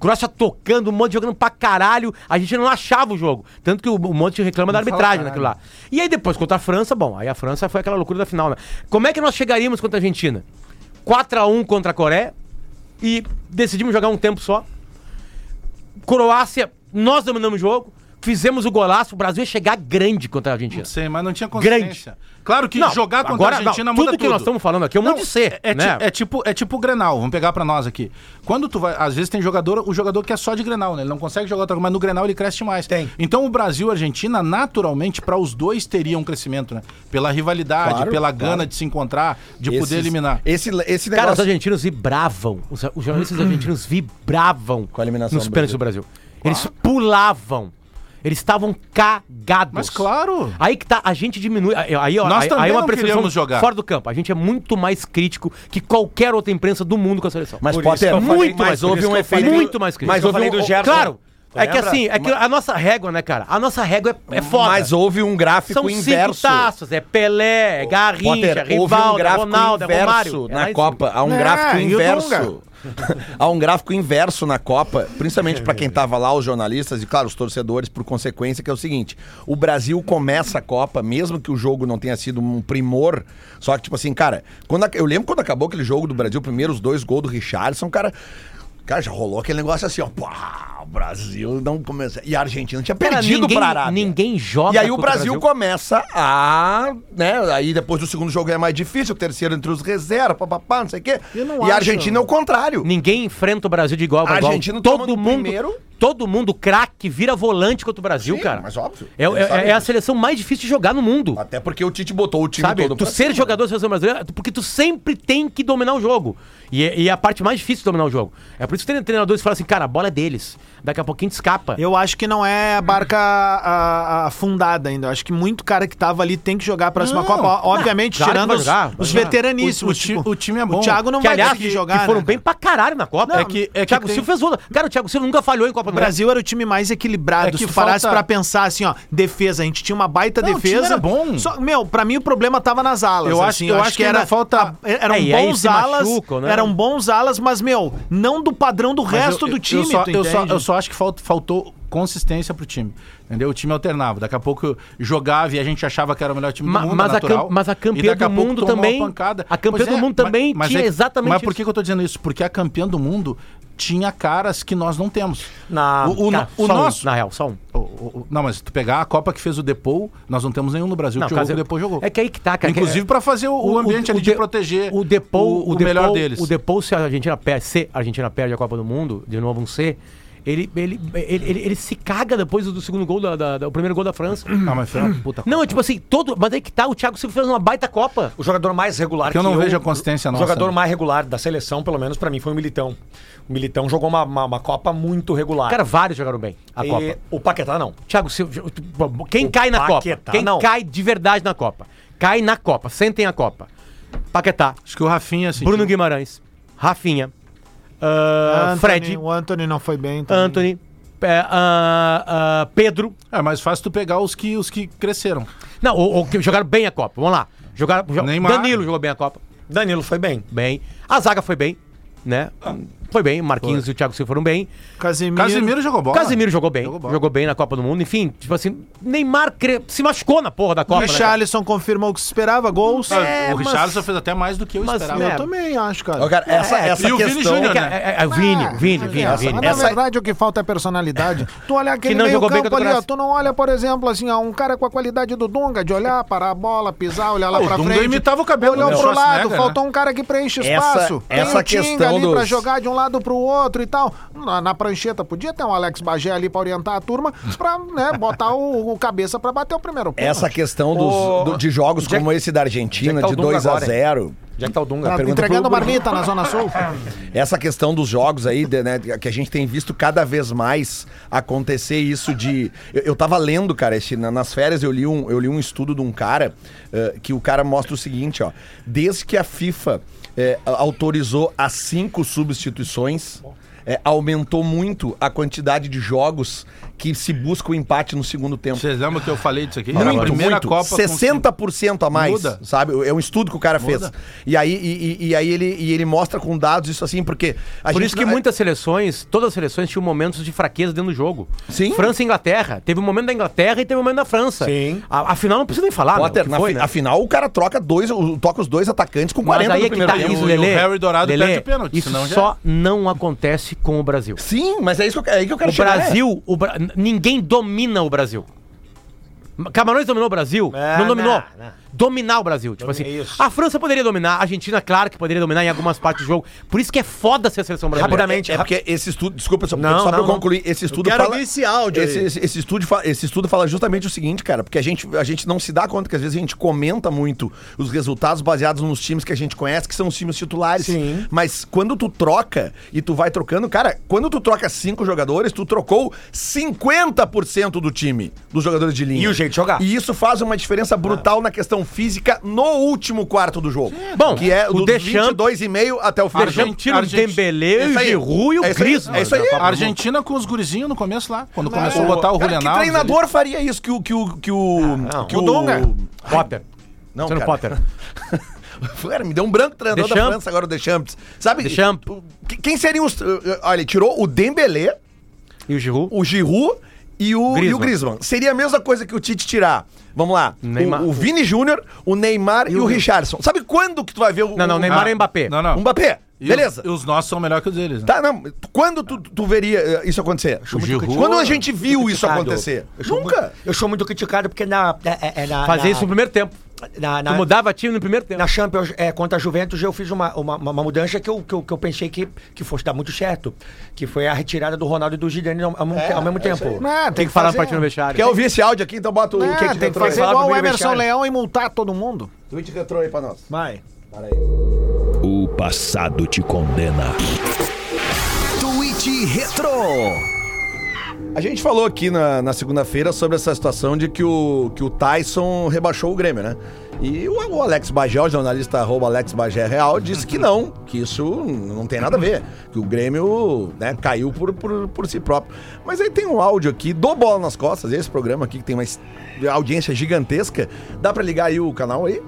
[SPEAKER 5] Croácia tocando, um monte jogando pra caralho. A gente não achava o jogo. Tanto que o um monte reclama da arbitragem naquilo lá. E aí depois, contra a França, bom, aí a França foi aquela loucura da final, né? Como é que nós chegaríamos contra a Argentina? 4x1 contra a Coreia e decidimos jogar um tempo só. Croácia, nós dominamos o jogo, fizemos o golaço, o Brasil ia chegar grande contra a Argentina.
[SPEAKER 6] Sei, mas não tinha consciência. Claro que
[SPEAKER 5] Não,
[SPEAKER 6] jogar contra
[SPEAKER 5] agora,
[SPEAKER 6] a Argentina
[SPEAKER 5] não,
[SPEAKER 6] muda
[SPEAKER 5] tudo que nós estamos falando aqui é um
[SPEAKER 6] Não,
[SPEAKER 5] monte de ser,
[SPEAKER 6] É, é
[SPEAKER 5] né?
[SPEAKER 6] ti- é tipo, é tipo o Grenal, vamos pegar pra nós aqui. Quando tu vai, às vezes tem jogador, o jogador que é só de Grenal, né? Ele não consegue jogar outra coisa, mas no Grenal ele cresce mais. Tem. Então o Brasil e a Argentina, naturalmente, pra os dois teria um crescimento, né? Pela rivalidade,
[SPEAKER 3] Claro,
[SPEAKER 6] pela
[SPEAKER 3] claro.
[SPEAKER 6] gana de se encontrar, de
[SPEAKER 3] Esses-
[SPEAKER 6] poder eliminar.
[SPEAKER 3] Esse, esse
[SPEAKER 5] Cara,
[SPEAKER 3] negócio.
[SPEAKER 5] os argentinos vibravam. Os, os
[SPEAKER 6] Uhum.
[SPEAKER 5] jornalistas argentinos vibravam
[SPEAKER 3] Com a eliminação
[SPEAKER 5] nos
[SPEAKER 3] do
[SPEAKER 5] pênaltis do Brasil. Eles pulavam. Eles estavam cagados.
[SPEAKER 6] Mas claro.
[SPEAKER 5] Aí que tá, a gente diminui. Aí, aí, ó,
[SPEAKER 6] Nós
[SPEAKER 5] aí,
[SPEAKER 6] também
[SPEAKER 5] aí é uma
[SPEAKER 6] não
[SPEAKER 5] percepção
[SPEAKER 6] queríamos jogar.
[SPEAKER 5] fora do campo. A gente é muito mais crítico que qualquer outra imprensa do mundo com a seleção.
[SPEAKER 3] Mas
[SPEAKER 4] Por
[SPEAKER 3] pode
[SPEAKER 4] isso
[SPEAKER 3] ter
[SPEAKER 4] que eu falei-
[SPEAKER 3] muito,
[SPEAKER 4] mas
[SPEAKER 3] mas
[SPEAKER 4] por
[SPEAKER 3] houve
[SPEAKER 4] isso
[SPEAKER 3] um
[SPEAKER 4] que eu
[SPEAKER 3] efeito.
[SPEAKER 4] falei
[SPEAKER 5] muito mais crítico.
[SPEAKER 3] Mas houve
[SPEAKER 4] falei
[SPEAKER 3] um,
[SPEAKER 4] do Gerson.
[SPEAKER 5] Claro. É que
[SPEAKER 4] Lembra?
[SPEAKER 5] assim, é que a nossa régua, né, cara? A nossa régua é, é foda.
[SPEAKER 3] mas houve um gráfico
[SPEAKER 5] São
[SPEAKER 3] inverso.
[SPEAKER 5] cinco taças. É Pelé, é Garrincha,
[SPEAKER 3] Potter, houve um
[SPEAKER 5] Rivaldo, é
[SPEAKER 3] gráfico
[SPEAKER 5] Ronaldo, é
[SPEAKER 3] inverso
[SPEAKER 5] Romário. É lá
[SPEAKER 3] na
[SPEAKER 5] em
[SPEAKER 3] Copa. Há um
[SPEAKER 2] É,
[SPEAKER 3] gráfico
[SPEAKER 2] e o
[SPEAKER 3] inverso. Há um gráfico inverso na Copa, principalmente para quem tava lá, os jornalistas e, claro, os torcedores, por consequência, que é o seguinte: o Brasil começa a Copa, mesmo que o jogo não tenha sido um primor, só que, tipo assim, cara, quando a- eu lembro quando acabou aquele jogo do Brasil, primeiro os dois gols do Richardson, cara. Cara, já rolou aquele negócio assim, ó. Pá, o Brasil não começa. E a Argentina tinha
[SPEAKER 5] Cara,
[SPEAKER 3] perdido
[SPEAKER 5] ninguém-
[SPEAKER 3] pra Arábia.
[SPEAKER 5] ninguém joga
[SPEAKER 3] E aí o
[SPEAKER 5] contra o
[SPEAKER 3] Brasil,
[SPEAKER 5] Brasil.
[SPEAKER 3] começa a. né? Aí depois do segundo jogo é mais difícil, o terceiro entre os reservas, papapá, não sei o quê.
[SPEAKER 2] Eu não
[SPEAKER 3] e
[SPEAKER 2] acho.
[SPEAKER 3] a Argentina é o contrário.
[SPEAKER 5] Ninguém enfrenta o Brasil de igual pra
[SPEAKER 3] A
[SPEAKER 5] igual.
[SPEAKER 3] Argentina toma
[SPEAKER 5] todo
[SPEAKER 3] no
[SPEAKER 5] mundo,
[SPEAKER 3] primeiro.
[SPEAKER 5] todo mundo craque vira volante contra o Brasil,
[SPEAKER 3] Sim,
[SPEAKER 5] cara.
[SPEAKER 3] mas óbvio.
[SPEAKER 5] É,
[SPEAKER 3] Eles
[SPEAKER 5] é-
[SPEAKER 3] sabem
[SPEAKER 5] é a
[SPEAKER 3] disso.
[SPEAKER 5] seleção mais difícil de jogar no mundo.
[SPEAKER 3] Até porque o Tite botou o time
[SPEAKER 5] Sabe?
[SPEAKER 3] todo
[SPEAKER 5] Tu
[SPEAKER 3] pra
[SPEAKER 5] ser
[SPEAKER 3] cima, né?
[SPEAKER 5] jogador da seleção brasileira, porque tu sempre tem que dominar o jogo. E, é- e é a parte mais difícil de dominar o jogo. É por isso que tem treinadores que falam assim, cara, a bola é deles. Daqui a pouquinho te escapa.
[SPEAKER 2] Eu acho que não é a barca a- a- afundada ainda. Eu acho que muito cara que tava ali tem que jogar a próxima
[SPEAKER 6] Não.
[SPEAKER 2] Copa. O- Obviamente,
[SPEAKER 5] claro que
[SPEAKER 2] tirando
[SPEAKER 5] vai
[SPEAKER 2] os,
[SPEAKER 5] jogar, vai
[SPEAKER 2] os
[SPEAKER 5] jogar.
[SPEAKER 2] veteraníssimos. tipo,
[SPEAKER 6] O- o ti- o time é bom.
[SPEAKER 2] O Thiago não
[SPEAKER 5] que,
[SPEAKER 2] vai
[SPEAKER 5] aliás,
[SPEAKER 2] conseguir
[SPEAKER 5] que,
[SPEAKER 2] jogar.
[SPEAKER 5] que foram
[SPEAKER 2] né,
[SPEAKER 5] bem
[SPEAKER 2] cara?
[SPEAKER 5] pra caralho na Copa.
[SPEAKER 6] é que- é que
[SPEAKER 5] Thiago
[SPEAKER 6] tem-
[SPEAKER 5] Silva fez outra. Cara, o Thiago Silva nunca falhou em Copa do
[SPEAKER 2] O Brasil era o time mais equilibrado.
[SPEAKER 6] É que
[SPEAKER 2] Se tu parasse
[SPEAKER 6] falta-
[SPEAKER 2] pra pensar assim, ó, defesa, a gente tinha uma baita
[SPEAKER 6] Não, o time
[SPEAKER 2] defesa.
[SPEAKER 6] era bom.
[SPEAKER 2] Só, meu, pra mim o problema tava nas alas.
[SPEAKER 6] Eu acho-
[SPEAKER 2] assim,
[SPEAKER 6] eu acho que ainda falta-
[SPEAKER 2] a- eh, Eram
[SPEAKER 5] É, e aí
[SPEAKER 2] bons
[SPEAKER 5] se
[SPEAKER 2] alas.
[SPEAKER 5] machucam, né?
[SPEAKER 2] Eram bons alas, mas, meu, não do padrão do
[SPEAKER 6] Mas
[SPEAKER 2] resto
[SPEAKER 6] eu-
[SPEAKER 2] do
[SPEAKER 6] eu-
[SPEAKER 2] time.
[SPEAKER 6] Eu só,
[SPEAKER 2] tu
[SPEAKER 6] eu, só,
[SPEAKER 2] entende?
[SPEAKER 6] eu só acho que falt- faltou consistência pro time. Entendeu? O time alternava. Daqui a pouco jogava e a gente achava que era o melhor time
[SPEAKER 5] Ma-
[SPEAKER 6] do mundo.
[SPEAKER 5] mas
[SPEAKER 6] é
[SPEAKER 5] a cam-
[SPEAKER 6] natural.
[SPEAKER 5] mas a
[SPEAKER 6] E
[SPEAKER 5] campeã
[SPEAKER 6] daqui
[SPEAKER 5] do
[SPEAKER 6] a pouco
[SPEAKER 5] mundo
[SPEAKER 6] tomou uma
[SPEAKER 5] também-
[SPEAKER 6] pancada.
[SPEAKER 5] a campeã
[SPEAKER 6] Pois
[SPEAKER 5] do mundo também tinha
[SPEAKER 6] que-
[SPEAKER 5] exatamente
[SPEAKER 6] Mas por
[SPEAKER 5] isso.
[SPEAKER 6] que, que eu tô dizendo isso? Porque a campeã do mundo tinha caras que nós não temos.
[SPEAKER 5] Na,
[SPEAKER 6] o, o,
[SPEAKER 5] cara,
[SPEAKER 6] no- o
[SPEAKER 5] só um,
[SPEAKER 6] nosso.
[SPEAKER 5] na real, só um.
[SPEAKER 6] O- o- o- não, mas se tu pegar a Copa que fez o Depou, nós não temos nenhum no Brasil que jogou
[SPEAKER 5] caso-
[SPEAKER 6] que o Depou jogou.
[SPEAKER 5] É que aí que tá, cara. que-
[SPEAKER 6] Inclusive pra fazer o, o ambiente ali de
[SPEAKER 5] de-
[SPEAKER 6] proteger
[SPEAKER 5] o Depou,
[SPEAKER 6] o, o melhor deles.
[SPEAKER 5] O Depou, se a Argentina perde, se a Argentina perde a Copa do Mundo, de novo um C, ele, ele, ele, ele- ele se caga depois do segundo gol, da, da- da- o primeiro gol da França.
[SPEAKER 6] Ah, mas foi uma puta
[SPEAKER 5] Não, é tipo assim, todo. Mas aí que tá, o Thiago Silva fez uma baita Copa.
[SPEAKER 4] O jogador mais regular
[SPEAKER 6] Porque eu não vejo a consistência
[SPEAKER 4] O
[SPEAKER 6] nossa,
[SPEAKER 4] jogador
[SPEAKER 6] né?
[SPEAKER 4] mais regular da seleção, pelo menos pra mim, foi o Militão. O Militão jogou uma, uma, uma Copa muito regular.
[SPEAKER 5] Cara, vários jogaram bem a
[SPEAKER 4] E
[SPEAKER 5] Copa.
[SPEAKER 4] O Paquetá não.
[SPEAKER 5] Thiago Silva. Quem
[SPEAKER 4] O
[SPEAKER 5] cai na
[SPEAKER 4] Paquetá,
[SPEAKER 5] Copa? Quem
[SPEAKER 4] não.
[SPEAKER 5] cai de verdade na Copa? Cai na Copa, sentem a Copa. Paquetá,
[SPEAKER 6] Acho que o Rafinha, assim.
[SPEAKER 5] Bruno Guimarães, Rafinha, ah,
[SPEAKER 2] Anthony-
[SPEAKER 5] Fred,
[SPEAKER 2] O Anthony não foi bem. também.
[SPEAKER 5] Anthony, é, ah, ah, Pedro.
[SPEAKER 6] É mais fácil tu pegar os que, os que cresceram.
[SPEAKER 5] Não, ou, ou que jogaram bem a Copa. Vamos lá. Jogaram, jo-
[SPEAKER 6] Neymar.
[SPEAKER 5] Danilo jogou bem a Copa.
[SPEAKER 4] Danilo foi bem.
[SPEAKER 5] Bem. A zaga foi bem, né? Foi bem, Marquinhos e o Thiago Silva foram bem.
[SPEAKER 2] Casemiro.
[SPEAKER 6] Casimiro jogou bola.
[SPEAKER 5] Casemiro jogou bem,
[SPEAKER 6] Jogou
[SPEAKER 5] jogou,
[SPEAKER 6] bola.
[SPEAKER 5] bem na Copa do Mundo. Enfim, tipo assim, Neymar cre- se machucou na porra da Copa. né, cara?
[SPEAKER 2] Richarlison confirmou o que se esperava, gols.
[SPEAKER 6] Ah,
[SPEAKER 5] É,
[SPEAKER 6] o
[SPEAKER 5] mas-
[SPEAKER 6] Richardson fez até mais do que eu
[SPEAKER 5] mas,
[SPEAKER 6] esperava. É,
[SPEAKER 5] né,
[SPEAKER 2] Eu também acho, cara.
[SPEAKER 3] Ó, cara, essa, essa
[SPEAKER 6] e o Vini
[SPEAKER 3] questão...
[SPEAKER 6] Júnior, né?
[SPEAKER 5] É, é, é o Vini, o Vini, o Vini, o
[SPEAKER 2] Essa,
[SPEAKER 5] Vini.
[SPEAKER 2] Ah, mas na
[SPEAKER 5] Essa-
[SPEAKER 2] verdade o que falta é personalidade. Tu olhar aquele
[SPEAKER 5] não
[SPEAKER 2] meio
[SPEAKER 5] jogou bem
[SPEAKER 2] campo
[SPEAKER 5] contra
[SPEAKER 2] ali,
[SPEAKER 5] o
[SPEAKER 2] ó,
[SPEAKER 5] Croácia.
[SPEAKER 2] tu não olha, por exemplo, assim, ó, um cara com a qualidade do Dunga, de olhar, parar a bola, pisar, olhar lá
[SPEAKER 6] Ah, o
[SPEAKER 2] pra
[SPEAKER 6] Dunga
[SPEAKER 2] frente.
[SPEAKER 6] imitava o cabelo
[SPEAKER 2] olhou
[SPEAKER 6] do
[SPEAKER 2] pro lado,
[SPEAKER 6] Schwarzenegger, né?
[SPEAKER 2] faltou um cara que preenche
[SPEAKER 3] Essa-
[SPEAKER 2] espaço.
[SPEAKER 3] essa
[SPEAKER 2] o Tinga
[SPEAKER 3] questão
[SPEAKER 2] ali pra
[SPEAKER 3] dos-
[SPEAKER 2] jogar de um lado pro outro e tal. Na, na prancheta podia ter um Alex Bagé ali pra orientar a turma, pra né, botar o, o cabeça pra bater o primeiro ponto.
[SPEAKER 3] Essa questão dos, do- de jogos como esse da Argentina,
[SPEAKER 4] onde é que tá
[SPEAKER 3] de
[SPEAKER 4] o Dunga
[SPEAKER 3] 2 a
[SPEAKER 4] agora, hein?
[SPEAKER 3] 0
[SPEAKER 4] Já que tá o Dunga.
[SPEAKER 2] Tá
[SPEAKER 3] pergunta
[SPEAKER 2] entregando
[SPEAKER 3] pro Bruno.
[SPEAKER 2] marmita na Zona Sul. É,
[SPEAKER 3] Essa questão dos jogos aí, de- né, que a gente tem visto cada vez mais acontecer isso de. Eu, eu tava lendo, cara, esse- na- nas férias eu li um, eu li um estudo de um cara eh, que o cara mostra o seguinte, ó. Desde que a FIFA eh, a- autorizou as cinco substituições. eh, aumentou muito a quantidade de jogos que se busca o empate no segundo tempo.
[SPEAKER 6] Vocês lembram que eu falei disso aqui?
[SPEAKER 3] Muito,
[SPEAKER 6] Na primeira
[SPEAKER 3] muito.
[SPEAKER 6] Copa. com
[SPEAKER 3] 60% a mais,
[SPEAKER 6] Muda.
[SPEAKER 3] sabe? É um estudo que o cara fez.
[SPEAKER 6] Muda.
[SPEAKER 3] E aí, e, e- e aí ele, e ele mostra com dados isso assim, porque... A
[SPEAKER 5] Por isso que
[SPEAKER 3] não-
[SPEAKER 5] muitas seleções, todas as seleções tinham momentos de fraqueza dentro do jogo.
[SPEAKER 3] Sim.
[SPEAKER 5] França e Inglaterra. Teve um momento da Inglaterra e teve um momento da França.
[SPEAKER 4] Sim.
[SPEAKER 5] A, afinal, não precisa nem falar.
[SPEAKER 3] Potter,
[SPEAKER 5] né, o
[SPEAKER 3] na
[SPEAKER 5] que foi,
[SPEAKER 3] fi-
[SPEAKER 5] né?
[SPEAKER 3] afinal, o cara troca dois, o- toca os dois atacantes com 40
[SPEAKER 5] Mas aí
[SPEAKER 3] no
[SPEAKER 5] é que
[SPEAKER 3] primeiro
[SPEAKER 5] tá
[SPEAKER 3] tempo.
[SPEAKER 5] isso,
[SPEAKER 6] E o
[SPEAKER 5] Lelê.
[SPEAKER 6] Harry Dourado
[SPEAKER 5] Lelê,
[SPEAKER 6] perde o pênalti,
[SPEAKER 5] Isso
[SPEAKER 6] senão já- é.
[SPEAKER 5] só não acontece com o Brasil.
[SPEAKER 3] Sim, mas é isso que eu, é aí que eu quero
[SPEAKER 5] O
[SPEAKER 3] chegar.
[SPEAKER 5] Brasil, o Bra- ninguém domina o Brasil. Camarões dominou o Brasil?
[SPEAKER 4] Ah,
[SPEAKER 5] não dominou.
[SPEAKER 4] não, não.
[SPEAKER 5] Dominar o Brasil. Tipo
[SPEAKER 4] Domi-
[SPEAKER 5] assim,
[SPEAKER 4] isso.
[SPEAKER 5] a França poderia dominar, a Argentina, claro que poderia dominar em algumas partes do jogo. Por isso que é foda ser a seleção brasileira.
[SPEAKER 4] Rapidamente,
[SPEAKER 3] É porque esse estudo, desculpa, só,
[SPEAKER 4] Não,
[SPEAKER 3] só pra
[SPEAKER 4] não,
[SPEAKER 3] eu
[SPEAKER 4] não.
[SPEAKER 3] concluir, esse estudo
[SPEAKER 2] quero
[SPEAKER 3] fala
[SPEAKER 2] ouvir esse áudio
[SPEAKER 3] esse,
[SPEAKER 2] aí.
[SPEAKER 3] esse- esse estudo fala, esse estudo fala justamente o seguinte, cara, porque a gente, a gente não se dá conta que às vezes a gente comenta muito os resultados baseados nos times que a gente conhece, que são os times titulares.
[SPEAKER 4] Sim.
[SPEAKER 3] Mas quando tu troca e tu vai trocando, cara, quando tu troca cinco jogadores, tu trocou 50% do time dos jogadores de linha.
[SPEAKER 4] E o jeito de jogar. Ah.
[SPEAKER 3] E isso faz uma diferença brutal na questão física no último quarto do jogo.
[SPEAKER 5] Bom,
[SPEAKER 3] que é
[SPEAKER 5] o
[SPEAKER 3] do
[SPEAKER 5] Deschamps-
[SPEAKER 3] 22,5 até o fim. do
[SPEAKER 5] Argentina,
[SPEAKER 3] jogo.
[SPEAKER 5] Argentina,
[SPEAKER 6] Argentina.
[SPEAKER 5] Dembele,
[SPEAKER 3] É isso
[SPEAKER 5] o
[SPEAKER 3] aí.
[SPEAKER 5] Giroud e
[SPEAKER 3] É
[SPEAKER 5] o
[SPEAKER 3] isso
[SPEAKER 5] tá
[SPEAKER 3] aí.
[SPEAKER 5] Cris.
[SPEAKER 3] É isso aí.
[SPEAKER 6] A Argentina com os gurizinhos no começo lá. Quando começou a
[SPEAKER 3] Pô,
[SPEAKER 6] botar o
[SPEAKER 3] cara,
[SPEAKER 6] Julian
[SPEAKER 3] Que treinador faria isso que o. Que o, que o, que
[SPEAKER 5] Ah, O Dunga. Potter.
[SPEAKER 3] Não,
[SPEAKER 5] Luciano
[SPEAKER 3] cara.
[SPEAKER 5] Potter.
[SPEAKER 3] Cara, me deu um branco treinador da
[SPEAKER 5] Deschamps.
[SPEAKER 3] França agora, o Deschamps. Sabe?
[SPEAKER 5] Deschamps.
[SPEAKER 3] Que- Quem seriam os. Olha, ele tirou o Dembélé,
[SPEAKER 5] E o Giroud?
[SPEAKER 3] o Giroud e o Griezmann. E o
[SPEAKER 5] Griezmann.
[SPEAKER 3] Griezmann. Seria a mesma coisa que o Tite tirar. Vamos lá.
[SPEAKER 5] Neymar.
[SPEAKER 3] O, o Vini Júnior, o Neymar e, o Richardson. Sabe quando que tu vai ver o.
[SPEAKER 5] Não, não,
[SPEAKER 3] o-
[SPEAKER 5] Neymar e Mbappé.
[SPEAKER 6] Ah, Não, não.
[SPEAKER 3] O Mbappé.
[SPEAKER 6] E os-
[SPEAKER 3] Beleza.
[SPEAKER 6] E os nossos são melhor que os deles. né?
[SPEAKER 3] Tá, não. Quando tu, tu veria eh, isso acontecer?
[SPEAKER 6] O Giroud-
[SPEAKER 3] Quando a gente viu
[SPEAKER 7] é Muito
[SPEAKER 3] isso
[SPEAKER 7] criticado.
[SPEAKER 3] acontecer?
[SPEAKER 7] Eu sou
[SPEAKER 3] Nunca.
[SPEAKER 7] muito- eu sou muito criticado porque na. É, é- é na
[SPEAKER 5] Fazer
[SPEAKER 7] na-
[SPEAKER 5] isso no primeiro tempo.
[SPEAKER 4] Ah,
[SPEAKER 7] Na, na,
[SPEAKER 5] Tu mudava time no primeiro tempo.
[SPEAKER 7] na Champions é, contra a Juventus, eu fiz uma, uma, uma- uma mudança que eu, que eu, que eu pensei que, que fosse dar muito certo. Que foi a retirada do Ronaldo e do Zidane ao, ao- ao mesmo tempo.
[SPEAKER 2] É,
[SPEAKER 5] Tem que falar no partido no vestiário.
[SPEAKER 3] Quer ouvir esse áudio aqui? Então bota o
[SPEAKER 2] É,
[SPEAKER 3] kit
[SPEAKER 2] tem que
[SPEAKER 3] retrô aí.
[SPEAKER 2] fazer
[SPEAKER 7] Fala
[SPEAKER 2] igual
[SPEAKER 7] pro
[SPEAKER 2] o
[SPEAKER 7] meio
[SPEAKER 2] Emerson
[SPEAKER 7] vestiário.
[SPEAKER 2] Leão e multar todo mundo.
[SPEAKER 3] Tweet retrô aí pra nós.
[SPEAKER 2] Vai.
[SPEAKER 1] O passado te condena.
[SPEAKER 8] Tweet Retro.
[SPEAKER 3] A gente falou aqui na, na segunda-feira sobre essa situação de que o, que o Tyson rebaixou o Grêmio, né? E o, o Alex Bagé, o jornalista arroba Alex Bagé Real, disse que não, que isso não tem nada a ver, que o Grêmio né, caiu por, por, por si próprio. Mas aí tem um áudio aqui do Bola nas Costas, esse programa aqui que tem uma es- audiência gigantesca. Dá pra ligar aí o canal aí?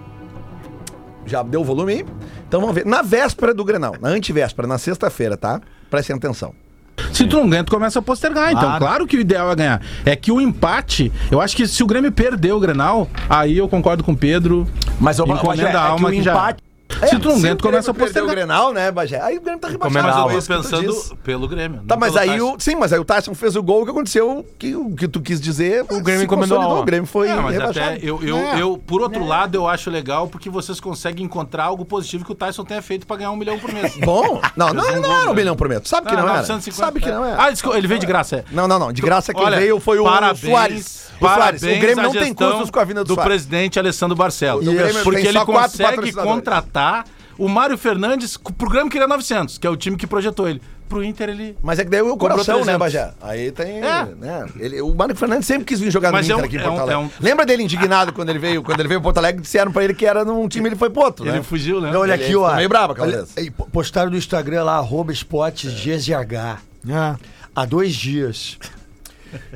[SPEAKER 3] Já deu o volume aí? Então vamos ver. Na véspera do Grenal, na antivéspera, na sexta-feira, tá? Prestem atenção.
[SPEAKER 6] Tá, Se tu não ganha, tu começa a postergar. Então, claro que o ideal é ganhar. É que o empate, eu acho que se o Grêmio perder o Grenal, aí eu concordo com o Pedro.
[SPEAKER 3] Mas, ô, Bagé,
[SPEAKER 6] encomenda
[SPEAKER 3] é que
[SPEAKER 6] a alma
[SPEAKER 3] o
[SPEAKER 6] que, já.
[SPEAKER 3] empate-
[SPEAKER 6] Se tu não ganha,
[SPEAKER 3] É, o
[SPEAKER 6] tu começa
[SPEAKER 3] Grêmio perdeu
[SPEAKER 6] a postergar.
[SPEAKER 3] o Grenal, né, Bagé? Aí o Grêmio tá rebaixado.
[SPEAKER 5] Comenda
[SPEAKER 3] é
[SPEAKER 5] alma.
[SPEAKER 3] isso que tu diz.
[SPEAKER 6] pelo Grêmio.
[SPEAKER 3] Tá, mas aí o. Sim, mas aí o Tyson fez o gol, o que aconteceu? Que o que tu quis dizer. O
[SPEAKER 5] Grêmio encomendou a alma.
[SPEAKER 3] O Grêmio foi
[SPEAKER 6] É, mas
[SPEAKER 3] rebaixado.
[SPEAKER 6] até eu, eu, eu, por outro lado, eu acho legal porque vocês conseguem encontrar algo positivo que o Tyson tenha feito pra ganhar um milhão por mês.
[SPEAKER 3] Bom, não, não,
[SPEAKER 6] Fez um
[SPEAKER 3] não,
[SPEAKER 6] gol,
[SPEAKER 3] era um
[SPEAKER 6] né?
[SPEAKER 3] milhão por mês. Tu Sabe que não, era?
[SPEAKER 6] 950,
[SPEAKER 3] Sabe que
[SPEAKER 6] é.
[SPEAKER 3] não era.
[SPEAKER 6] Ah, desculpa, ele veio de graça, é.
[SPEAKER 3] Não, não, não. De graça quem
[SPEAKER 6] Olha,
[SPEAKER 3] veio foi o
[SPEAKER 6] parabéns,
[SPEAKER 3] Soares. O Soares. O
[SPEAKER 6] parabéns
[SPEAKER 3] Grêmio
[SPEAKER 6] à
[SPEAKER 3] não tem
[SPEAKER 6] gestão
[SPEAKER 3] custos com a vinda do Suárez.
[SPEAKER 6] presidente Alessandro Barcelos.
[SPEAKER 3] Isso. O Grêmio
[SPEAKER 6] Porque
[SPEAKER 3] tem
[SPEAKER 6] ele
[SPEAKER 3] só quatro
[SPEAKER 6] consegue
[SPEAKER 3] patrocinadores.
[SPEAKER 6] contratar o Mário Fernandes pro Grêmio que ele é 900, que é o time que projetou ele. Pro Inter ele...
[SPEAKER 3] Mas é que daí o coração,
[SPEAKER 6] 300.
[SPEAKER 3] né, Bajé? Aí tem.
[SPEAKER 6] É.
[SPEAKER 3] né, ele- o Mário Fernandes sempre quis vir jogar
[SPEAKER 6] Mas
[SPEAKER 3] no
[SPEAKER 6] é
[SPEAKER 3] Inter
[SPEAKER 6] um-
[SPEAKER 3] aqui em
[SPEAKER 6] é
[SPEAKER 3] Porto
[SPEAKER 6] um-
[SPEAKER 3] Alegre.
[SPEAKER 6] é um-
[SPEAKER 3] Lembra dele indignado quando ele veio, quando ele veio pro Porto Alegre, disseram pra ele que era num time ele foi pro outro.
[SPEAKER 6] Ele
[SPEAKER 3] né?
[SPEAKER 6] fugiu, né?
[SPEAKER 3] Não, olha aqui, ó.
[SPEAKER 7] ficou
[SPEAKER 3] Meio brabo, aquela vez.
[SPEAKER 7] E po- Postaram no Instagram lá, arroba esporte GZH.
[SPEAKER 3] É.
[SPEAKER 7] Há dois dias.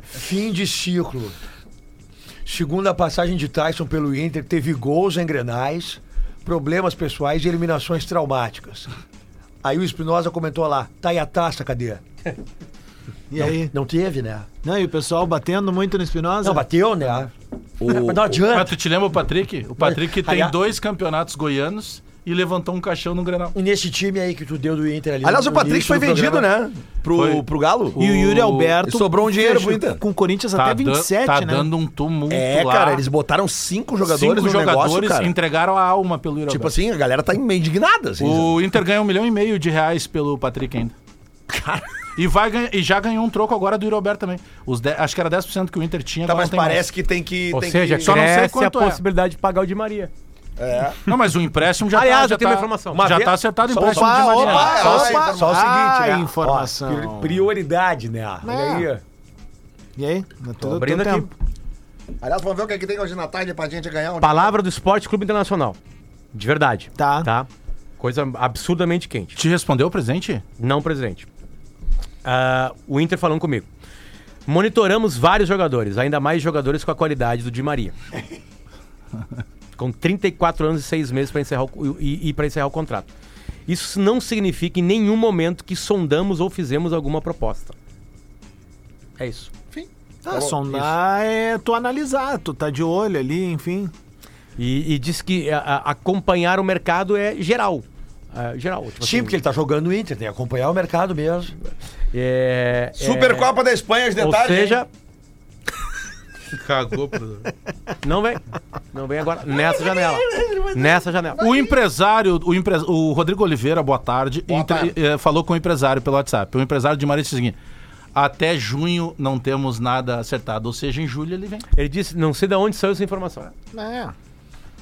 [SPEAKER 7] Fim de ciclo. Segundo a passagem de Tyson pelo Inter, teve gols em grenais, problemas pessoais e eliminações traumáticas. Aí o Espinosa comentou lá, tá aí a taça, cadê?
[SPEAKER 2] E aí?
[SPEAKER 7] Não teve, né?
[SPEAKER 2] Não, e o pessoal batendo muito no Espinosa?
[SPEAKER 7] Não, bateu, né? Mas não
[SPEAKER 6] Mas
[SPEAKER 7] adianta.
[SPEAKER 6] tu te lembra o Patrick? O Patrick
[SPEAKER 7] Mas-
[SPEAKER 6] tem
[SPEAKER 7] aliás-
[SPEAKER 6] dois campeonatos goianos e levantou um caixão no Grenal.
[SPEAKER 7] E nesse time aí que tu deu do Inter ali.
[SPEAKER 3] Aliás,
[SPEAKER 7] no
[SPEAKER 3] o Patrick
[SPEAKER 7] início
[SPEAKER 3] foi
[SPEAKER 7] do
[SPEAKER 3] vendido,
[SPEAKER 7] programa,
[SPEAKER 3] né? Pro,
[SPEAKER 6] um Foi.
[SPEAKER 3] pro Galo.
[SPEAKER 2] E o Yuri Alberto.
[SPEAKER 3] Sobrou um dinheiro pro
[SPEAKER 2] fechou
[SPEAKER 3] Inter.
[SPEAKER 2] Com o Corinthians até
[SPEAKER 6] dan-
[SPEAKER 2] 27,
[SPEAKER 6] tá
[SPEAKER 2] né?
[SPEAKER 6] dando um tumulto
[SPEAKER 3] É,
[SPEAKER 6] lá.
[SPEAKER 3] cara, eles botaram cinco jogadores
[SPEAKER 6] Cinco
[SPEAKER 3] no
[SPEAKER 6] jogadores
[SPEAKER 3] negócio, cara.
[SPEAKER 6] entregaram a alma pelo Yuri
[SPEAKER 3] Tipo
[SPEAKER 6] Alberto.
[SPEAKER 3] assim, a galera tá meio indignada. Assim,
[SPEAKER 6] O Inter ganha um milhão e meio de reais pelo Patrick ainda. E, vai ganha- e já ganhou um troco agora do Yuri Alberto também. Os de- acho que era 10% que o Inter tinha.
[SPEAKER 3] Tá,
[SPEAKER 6] agora
[SPEAKER 3] mas
[SPEAKER 6] não tem
[SPEAKER 3] parece que tem que.
[SPEAKER 5] Ou
[SPEAKER 3] tem
[SPEAKER 5] seja,
[SPEAKER 3] que...
[SPEAKER 6] só não sei
[SPEAKER 5] cresce
[SPEAKER 6] quanto é.
[SPEAKER 5] a possibilidade de pagar o Di Maria.
[SPEAKER 6] mais. Não, mas o empréstimo já
[SPEAKER 5] Aliás,
[SPEAKER 6] tá, já
[SPEAKER 5] eu tenho
[SPEAKER 6] tá-
[SPEAKER 5] uma informação.
[SPEAKER 6] Já
[SPEAKER 5] Uma
[SPEAKER 6] tá
[SPEAKER 5] vez-
[SPEAKER 6] acertado o
[SPEAKER 7] Só-
[SPEAKER 6] empréstimo
[SPEAKER 7] só-
[SPEAKER 6] de Maria.
[SPEAKER 7] opa,
[SPEAKER 2] Ah,
[SPEAKER 7] só o
[SPEAKER 2] opa,
[SPEAKER 7] seguinte,
[SPEAKER 5] é
[SPEAKER 7] só o
[SPEAKER 2] ah,
[SPEAKER 7] seguinte, né?
[SPEAKER 2] informação.
[SPEAKER 7] Pri- Prioridade, né? Olha aí.
[SPEAKER 2] E aí? Tá Tudo
[SPEAKER 5] abrindo aqui.
[SPEAKER 9] Aliás, vamos ver o que, é que tem hoje na tarde pra gente ganhar um.
[SPEAKER 5] Palavra do Esporte Clube Internacional. De verdade.
[SPEAKER 2] Tá.
[SPEAKER 5] Tá? Coisa absurdamente quente.
[SPEAKER 6] Te respondeu o presente?
[SPEAKER 5] Não, presidente. Ah, o Inter falando comigo. Monitoramos vários jogadores, ainda mais jogadores com a qualidade do Di Maria. com 34 anos e 6 meses para encerrar, o- e, e pra encerrar o contrato. Isso não significa em nenhum momento que sondamos ou fizemos alguma proposta.
[SPEAKER 3] né?
[SPEAKER 5] É isso.
[SPEAKER 2] Ah, sondar é tu analisar, tu tá de olho ali, enfim.
[SPEAKER 5] E, e diz que a- a- acompanhar o mercado é geral. Ah, geral. Tipo
[SPEAKER 7] Sim, porque ele tá jogando o Inter, tem que acompanhar o mercado mesmo.
[SPEAKER 5] É,
[SPEAKER 3] Supercopa da Espanha, os
[SPEAKER 5] é, Ou
[SPEAKER 3] detalhes.
[SPEAKER 5] seja,
[SPEAKER 3] hein?
[SPEAKER 6] Cagou, produtor.
[SPEAKER 5] não vem. Não vem agora. Nessa janela. Nessa janela.
[SPEAKER 6] O empresário, o, empre... o Rodrigo Oliveira, boa tarde, entre- eh, falou com o empresário pelo WhatsApp. O empresário de Maria disse o seguinte: até junho não temos nada acertado, ou seja, em julho ele vem.
[SPEAKER 5] Ele disse, não sei de onde saiu essa informação.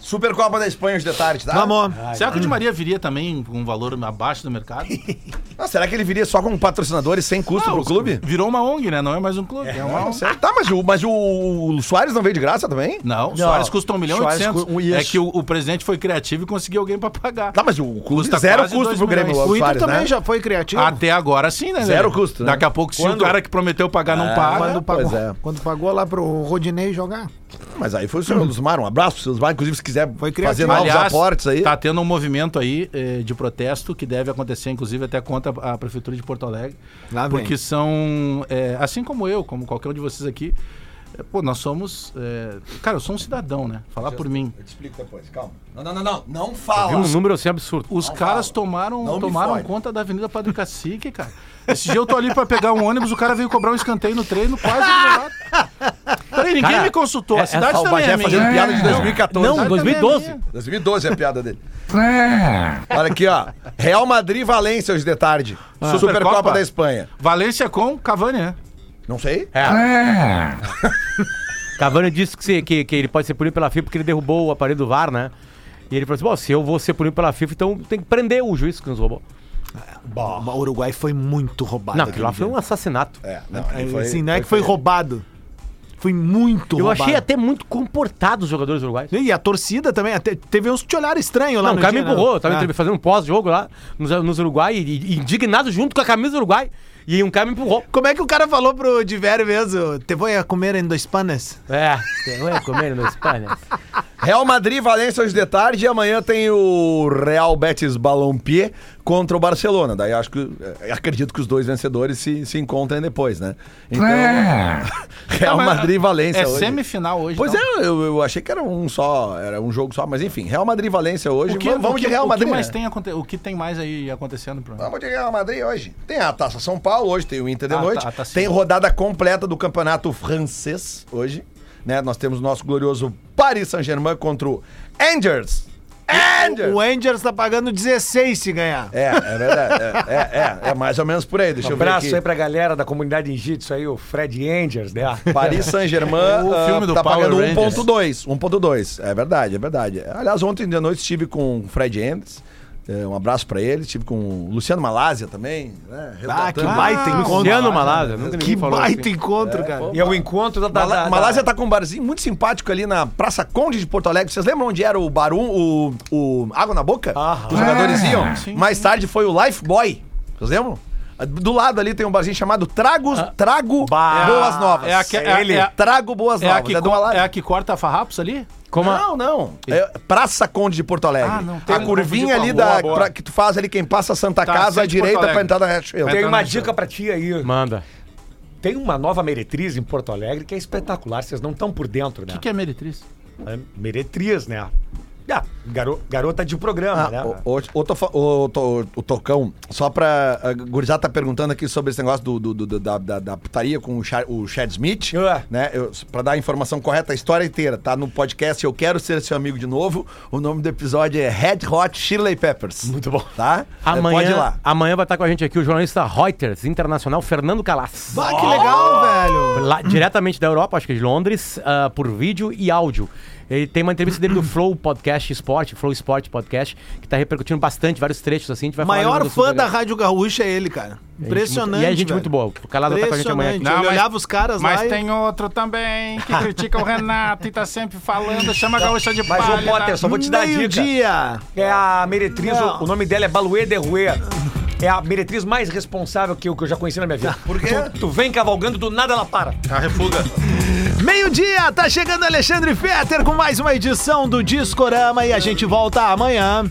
[SPEAKER 3] Supercopa da Espanha, os detalhes, tá?
[SPEAKER 2] Vamos.
[SPEAKER 6] Será que o de Maria viria também com um valor abaixo do mercado?
[SPEAKER 3] Ah, será que ele viria só com patrocinadores sem custo
[SPEAKER 6] Ah,
[SPEAKER 3] pro clube?
[SPEAKER 6] Virou uma ONG, né? Não é mais um clube. É, uma
[SPEAKER 3] Não
[SPEAKER 6] ONG.
[SPEAKER 3] sei. Tá, mas o, mas o Soares não veio de graça também?
[SPEAKER 6] Não, o Soares custa 1 milhão e
[SPEAKER 7] Soares
[SPEAKER 6] 800.
[SPEAKER 7] cu- isso.
[SPEAKER 6] É que o, o presidente foi criativo e conseguiu alguém pra pagar.
[SPEAKER 3] Tá, mas o clube
[SPEAKER 6] Custa
[SPEAKER 3] zero
[SPEAKER 6] quase
[SPEAKER 3] custo
[SPEAKER 6] dois
[SPEAKER 3] pro Grêmio.
[SPEAKER 6] milhões.
[SPEAKER 2] O Inter
[SPEAKER 3] Soares,
[SPEAKER 2] também
[SPEAKER 3] né?
[SPEAKER 2] já foi criativo.
[SPEAKER 6] Até agora sim, né? Lelê?
[SPEAKER 3] Zero custo, né?
[SPEAKER 6] Daqui a pouco, se
[SPEAKER 3] Quando?
[SPEAKER 6] o cara que prometeu pagar não paga.
[SPEAKER 2] Quando pagou,
[SPEAKER 3] é.
[SPEAKER 2] quando pagou lá pro Rodinei jogar.
[SPEAKER 3] Mas aí foi o senhor Lusmar, um abraço pro Lusmar, inclusive se quiser
[SPEAKER 2] Foi criativo.
[SPEAKER 3] fazer novos
[SPEAKER 6] Aliás,
[SPEAKER 3] aportes aí.
[SPEAKER 6] Tá tendo um movimento aí eh, de protesto que deve acontecer, inclusive, até contra a Prefeitura de Porto Alegre.
[SPEAKER 2] Lá vem.
[SPEAKER 6] porque são. eh, assim como eu, como qualquer um de vocês aqui, eh, pô, nós somos. eh, cara, eu sou um cidadão, né? Falar por mim.
[SPEAKER 3] te explico Tá, depois, calma. Não, não, não, não, não
[SPEAKER 5] Viu
[SPEAKER 3] fala.
[SPEAKER 5] um número assim absurdo.
[SPEAKER 6] Os caras tomaram,
[SPEAKER 3] Não me
[SPEAKER 6] tomaram
[SPEAKER 3] fode.
[SPEAKER 6] conta da Avenida Padre Cacique, cara. Esse dia eu tô ali pra pegar um ônibus, o cara veio cobrar um escanteio no treino, quase me Peraí, ninguém
[SPEAKER 5] Cara,
[SPEAKER 6] me consultou.
[SPEAKER 5] é-
[SPEAKER 6] A cidade
[SPEAKER 5] essa
[SPEAKER 6] também
[SPEAKER 3] Bagé
[SPEAKER 6] é minha.
[SPEAKER 3] fazendo piada de 2014.
[SPEAKER 5] Não, 2012.
[SPEAKER 3] 2012 é a piada dele. Olha aqui, ó. Real Madrid e Valência hoje de tarde. Supercopa
[SPEAKER 6] Supercopa
[SPEAKER 3] da Espanha.
[SPEAKER 6] Valência com Cavani, né?
[SPEAKER 3] Não sei.
[SPEAKER 5] Cavani disse que, se- que, que ele pode ser punido pela FIFA porque ele derrubou o aparelho do VAR, né? E ele falou assim: Bom, se eu vou ser punido pela FIFA, então tem que prender o juiz que nos roubou.
[SPEAKER 2] O Uruguai foi muito
[SPEAKER 3] Ah,
[SPEAKER 2] roubado.
[SPEAKER 3] tá
[SPEAKER 5] não, aquilo lá
[SPEAKER 2] aquele
[SPEAKER 5] foi um assassinato.
[SPEAKER 3] É, não,
[SPEAKER 2] dia.
[SPEAKER 3] aí foi-
[SPEAKER 2] Assim, não é que foi roubado. Foi muito
[SPEAKER 5] eu
[SPEAKER 2] roubado.
[SPEAKER 5] achei até muito comportado os jogadores uruguaios.
[SPEAKER 2] E a torcida também, até teve uns que te olharam estranho lá
[SPEAKER 5] Não, o
[SPEAKER 2] no
[SPEAKER 5] cara me
[SPEAKER 2] dia, né?
[SPEAKER 5] empurrou. Eu tava
[SPEAKER 2] Ah.
[SPEAKER 5] entrev- fazendo um pós-jogo lá nos, nos Uruguai, e- e indignado junto com a camisa do Uruguai. E um cara me empurrou.
[SPEAKER 2] Como é que o cara falou pro Diverio mesmo? Te vou a comer em dois panes?
[SPEAKER 5] É, não é comer no Espanha.
[SPEAKER 3] Real Madrid e Valência hoje de tarde. E amanhã tem o Real Betis Balompié contra o Barcelona. Daí acho que. eh, Acredito que os dois vencedores se, se encontrem depois, né? Então. Real
[SPEAKER 6] Não, mas
[SPEAKER 3] Madrid e Valência.
[SPEAKER 6] É
[SPEAKER 3] hoje.
[SPEAKER 6] semifinal hoje. então.
[SPEAKER 3] Pois
[SPEAKER 6] não?
[SPEAKER 3] é, eu, eu achei que era um só, era um jogo só, mas enfim, Real Madrid e Valência hoje.
[SPEAKER 6] O que,
[SPEAKER 3] vamos
[SPEAKER 6] o
[SPEAKER 3] vamos
[SPEAKER 6] que-
[SPEAKER 3] de Real
[SPEAKER 6] o que
[SPEAKER 3] Madrid.
[SPEAKER 6] mais
[SPEAKER 3] né?
[SPEAKER 6] tem aconte- o que tem mais aí acontecendo pro
[SPEAKER 3] Vamos de Real Madrid hoje. Tem a Taça São Paulo hoje, tem o Inter de
[SPEAKER 6] Ah,
[SPEAKER 3] noite.
[SPEAKER 6] tá, tá sim.
[SPEAKER 3] tem rodada completa do Campeonato Francês hoje. Né? Nós temos o nosso glorioso Paris Saint-Germain contra o Angers. Angers!
[SPEAKER 2] O Angers tá pagando 16 se ganhar.
[SPEAKER 3] É, é verdade. É, é, é, é mais ou menos por aí. Deixa
[SPEAKER 7] Um
[SPEAKER 3] eu ver
[SPEAKER 7] abraço
[SPEAKER 3] aqui.
[SPEAKER 7] aí pra galera da comunidade Jiu-Jitsu aí, o Fred Angers, né?
[SPEAKER 3] Paris Saint-Germain
[SPEAKER 6] O
[SPEAKER 3] ah,
[SPEAKER 6] filme do
[SPEAKER 3] tá
[SPEAKER 6] Power
[SPEAKER 3] pagando
[SPEAKER 6] Rangers.
[SPEAKER 3] 1.2. 1.2. É verdade, é verdade. Aliás, ontem de noite estive com o Fred Endes. eh, Um abraço pra ele. Estive com o Luciano Malásia também. Né?
[SPEAKER 2] Ah, que
[SPEAKER 3] Retratando-
[SPEAKER 2] baita encontro.
[SPEAKER 5] Luciano Malásia, nunca ninguém
[SPEAKER 2] Que
[SPEAKER 5] falou
[SPEAKER 2] baita
[SPEAKER 5] assim.
[SPEAKER 2] encontro, cara.
[SPEAKER 7] E é o encontro da, da,
[SPEAKER 3] né? Mala-
[SPEAKER 7] da-
[SPEAKER 3] Malásia tá com um barzinho muito simpático ali na Praça Conde de Porto Alegre. Vocês lembram onde era o Barum, o, o Água na Boca?
[SPEAKER 7] Aham.
[SPEAKER 3] Os jogadores iam.
[SPEAKER 6] sim.
[SPEAKER 3] Mais tarde foi o Life Boy. Vocês lembram? Do lado ali tem um barzinho chamado Tragos, Trago
[SPEAKER 7] Bah.
[SPEAKER 3] Boas Novas.
[SPEAKER 6] Ah. É aque- é-
[SPEAKER 3] ele.
[SPEAKER 6] é-
[SPEAKER 3] Trago Boas
[SPEAKER 6] É a,
[SPEAKER 3] Novas.
[SPEAKER 6] que
[SPEAKER 3] do
[SPEAKER 6] co-
[SPEAKER 3] Malásia.
[SPEAKER 6] é a que corta farrapos ali?
[SPEAKER 5] Como a-
[SPEAKER 3] Não, não. É Praça Conde de Porto Alegre.
[SPEAKER 6] Ah, não, tem
[SPEAKER 3] a
[SPEAKER 6] um
[SPEAKER 3] curvinha
[SPEAKER 6] confundi
[SPEAKER 3] ali
[SPEAKER 6] com a rua,
[SPEAKER 3] da,
[SPEAKER 6] boa.
[SPEAKER 3] pra- que tu faz ali quem passa Santa
[SPEAKER 6] Tá,
[SPEAKER 3] Casa à
[SPEAKER 6] centro de
[SPEAKER 3] direita
[SPEAKER 6] Porto
[SPEAKER 3] pra
[SPEAKER 6] Alegre.
[SPEAKER 3] entrar na Riachuelo.
[SPEAKER 6] É.
[SPEAKER 4] Tem
[SPEAKER 6] Tá
[SPEAKER 4] uma
[SPEAKER 6] no
[SPEAKER 4] dica
[SPEAKER 6] chão.
[SPEAKER 4] pra ti aí.
[SPEAKER 3] tá-
[SPEAKER 5] Manda.
[SPEAKER 4] Tem uma nova meretriz em Porto Alegre que é espetacular, vocês não estão por dentro, né?
[SPEAKER 6] O que, que é meretriz?
[SPEAKER 4] É meretriz, né? Ah, garo- garota de programa,
[SPEAKER 3] Ah,
[SPEAKER 4] né?
[SPEAKER 3] o, o, o Tofa- o- o to- o Tocão, só pra. A Gurizada tá perguntando aqui sobre esse negócio do, do- do- da, da, da putaria com o, Cha- o Chad Smith.
[SPEAKER 4] Ué.
[SPEAKER 3] Né? Eu, pra dar a informação correta, a história inteira, tá? No podcast Eu Quero Ser Seu Amigo de Novo. O nome do episódio é Red Hot Chili Peppers. Muito bom. Tá? É,
[SPEAKER 5] Amanhã,
[SPEAKER 3] Pode ir lá.
[SPEAKER 5] amanhã vai estar com a gente aqui o jornalista Reuters Internacional Fernando Calas.
[SPEAKER 2] Ah, que legal, velho.
[SPEAKER 5] Lá, diretamente da Europa, acho que de Londres, ah, por vídeo e áudio. Ele tem uma entrevista dele do Flow Podcast Esporte, Flow Esporte Podcast, que tá repercutindo bastante, vários trechos assim. A gente vai falar
[SPEAKER 2] Maior
[SPEAKER 5] do
[SPEAKER 2] fã
[SPEAKER 5] assunto
[SPEAKER 2] da
[SPEAKER 5] legal.
[SPEAKER 2] Rádio Gaúcha é ele, cara. Impressionante.
[SPEAKER 5] E é gente
[SPEAKER 2] velho.
[SPEAKER 5] muito boa. O Calado tá com a gente amanhã aqui.
[SPEAKER 2] Impressionante. Ele olhava os caras
[SPEAKER 6] mas
[SPEAKER 2] lá e-
[SPEAKER 6] tem outro também que critica o Renato e tá sempre falando, chama a gaúcha de
[SPEAKER 4] Mas, ô
[SPEAKER 6] palha. tá?
[SPEAKER 4] Potter, só vou te dar a dica.
[SPEAKER 2] Meio-dia.
[SPEAKER 4] É a meretriz,
[SPEAKER 2] Não.
[SPEAKER 4] o, o nome dela é Baluê de Rue. É a meretriz mais responsável que eu, que eu já conheci na minha vida. Por quê? Tu, tu vem cavalgando, do nada ela para.
[SPEAKER 6] A refuga.
[SPEAKER 2] Meio-dia, tá chegando Alexandre Fetter com mais uma edição do Discorama e a gente volta amanhã.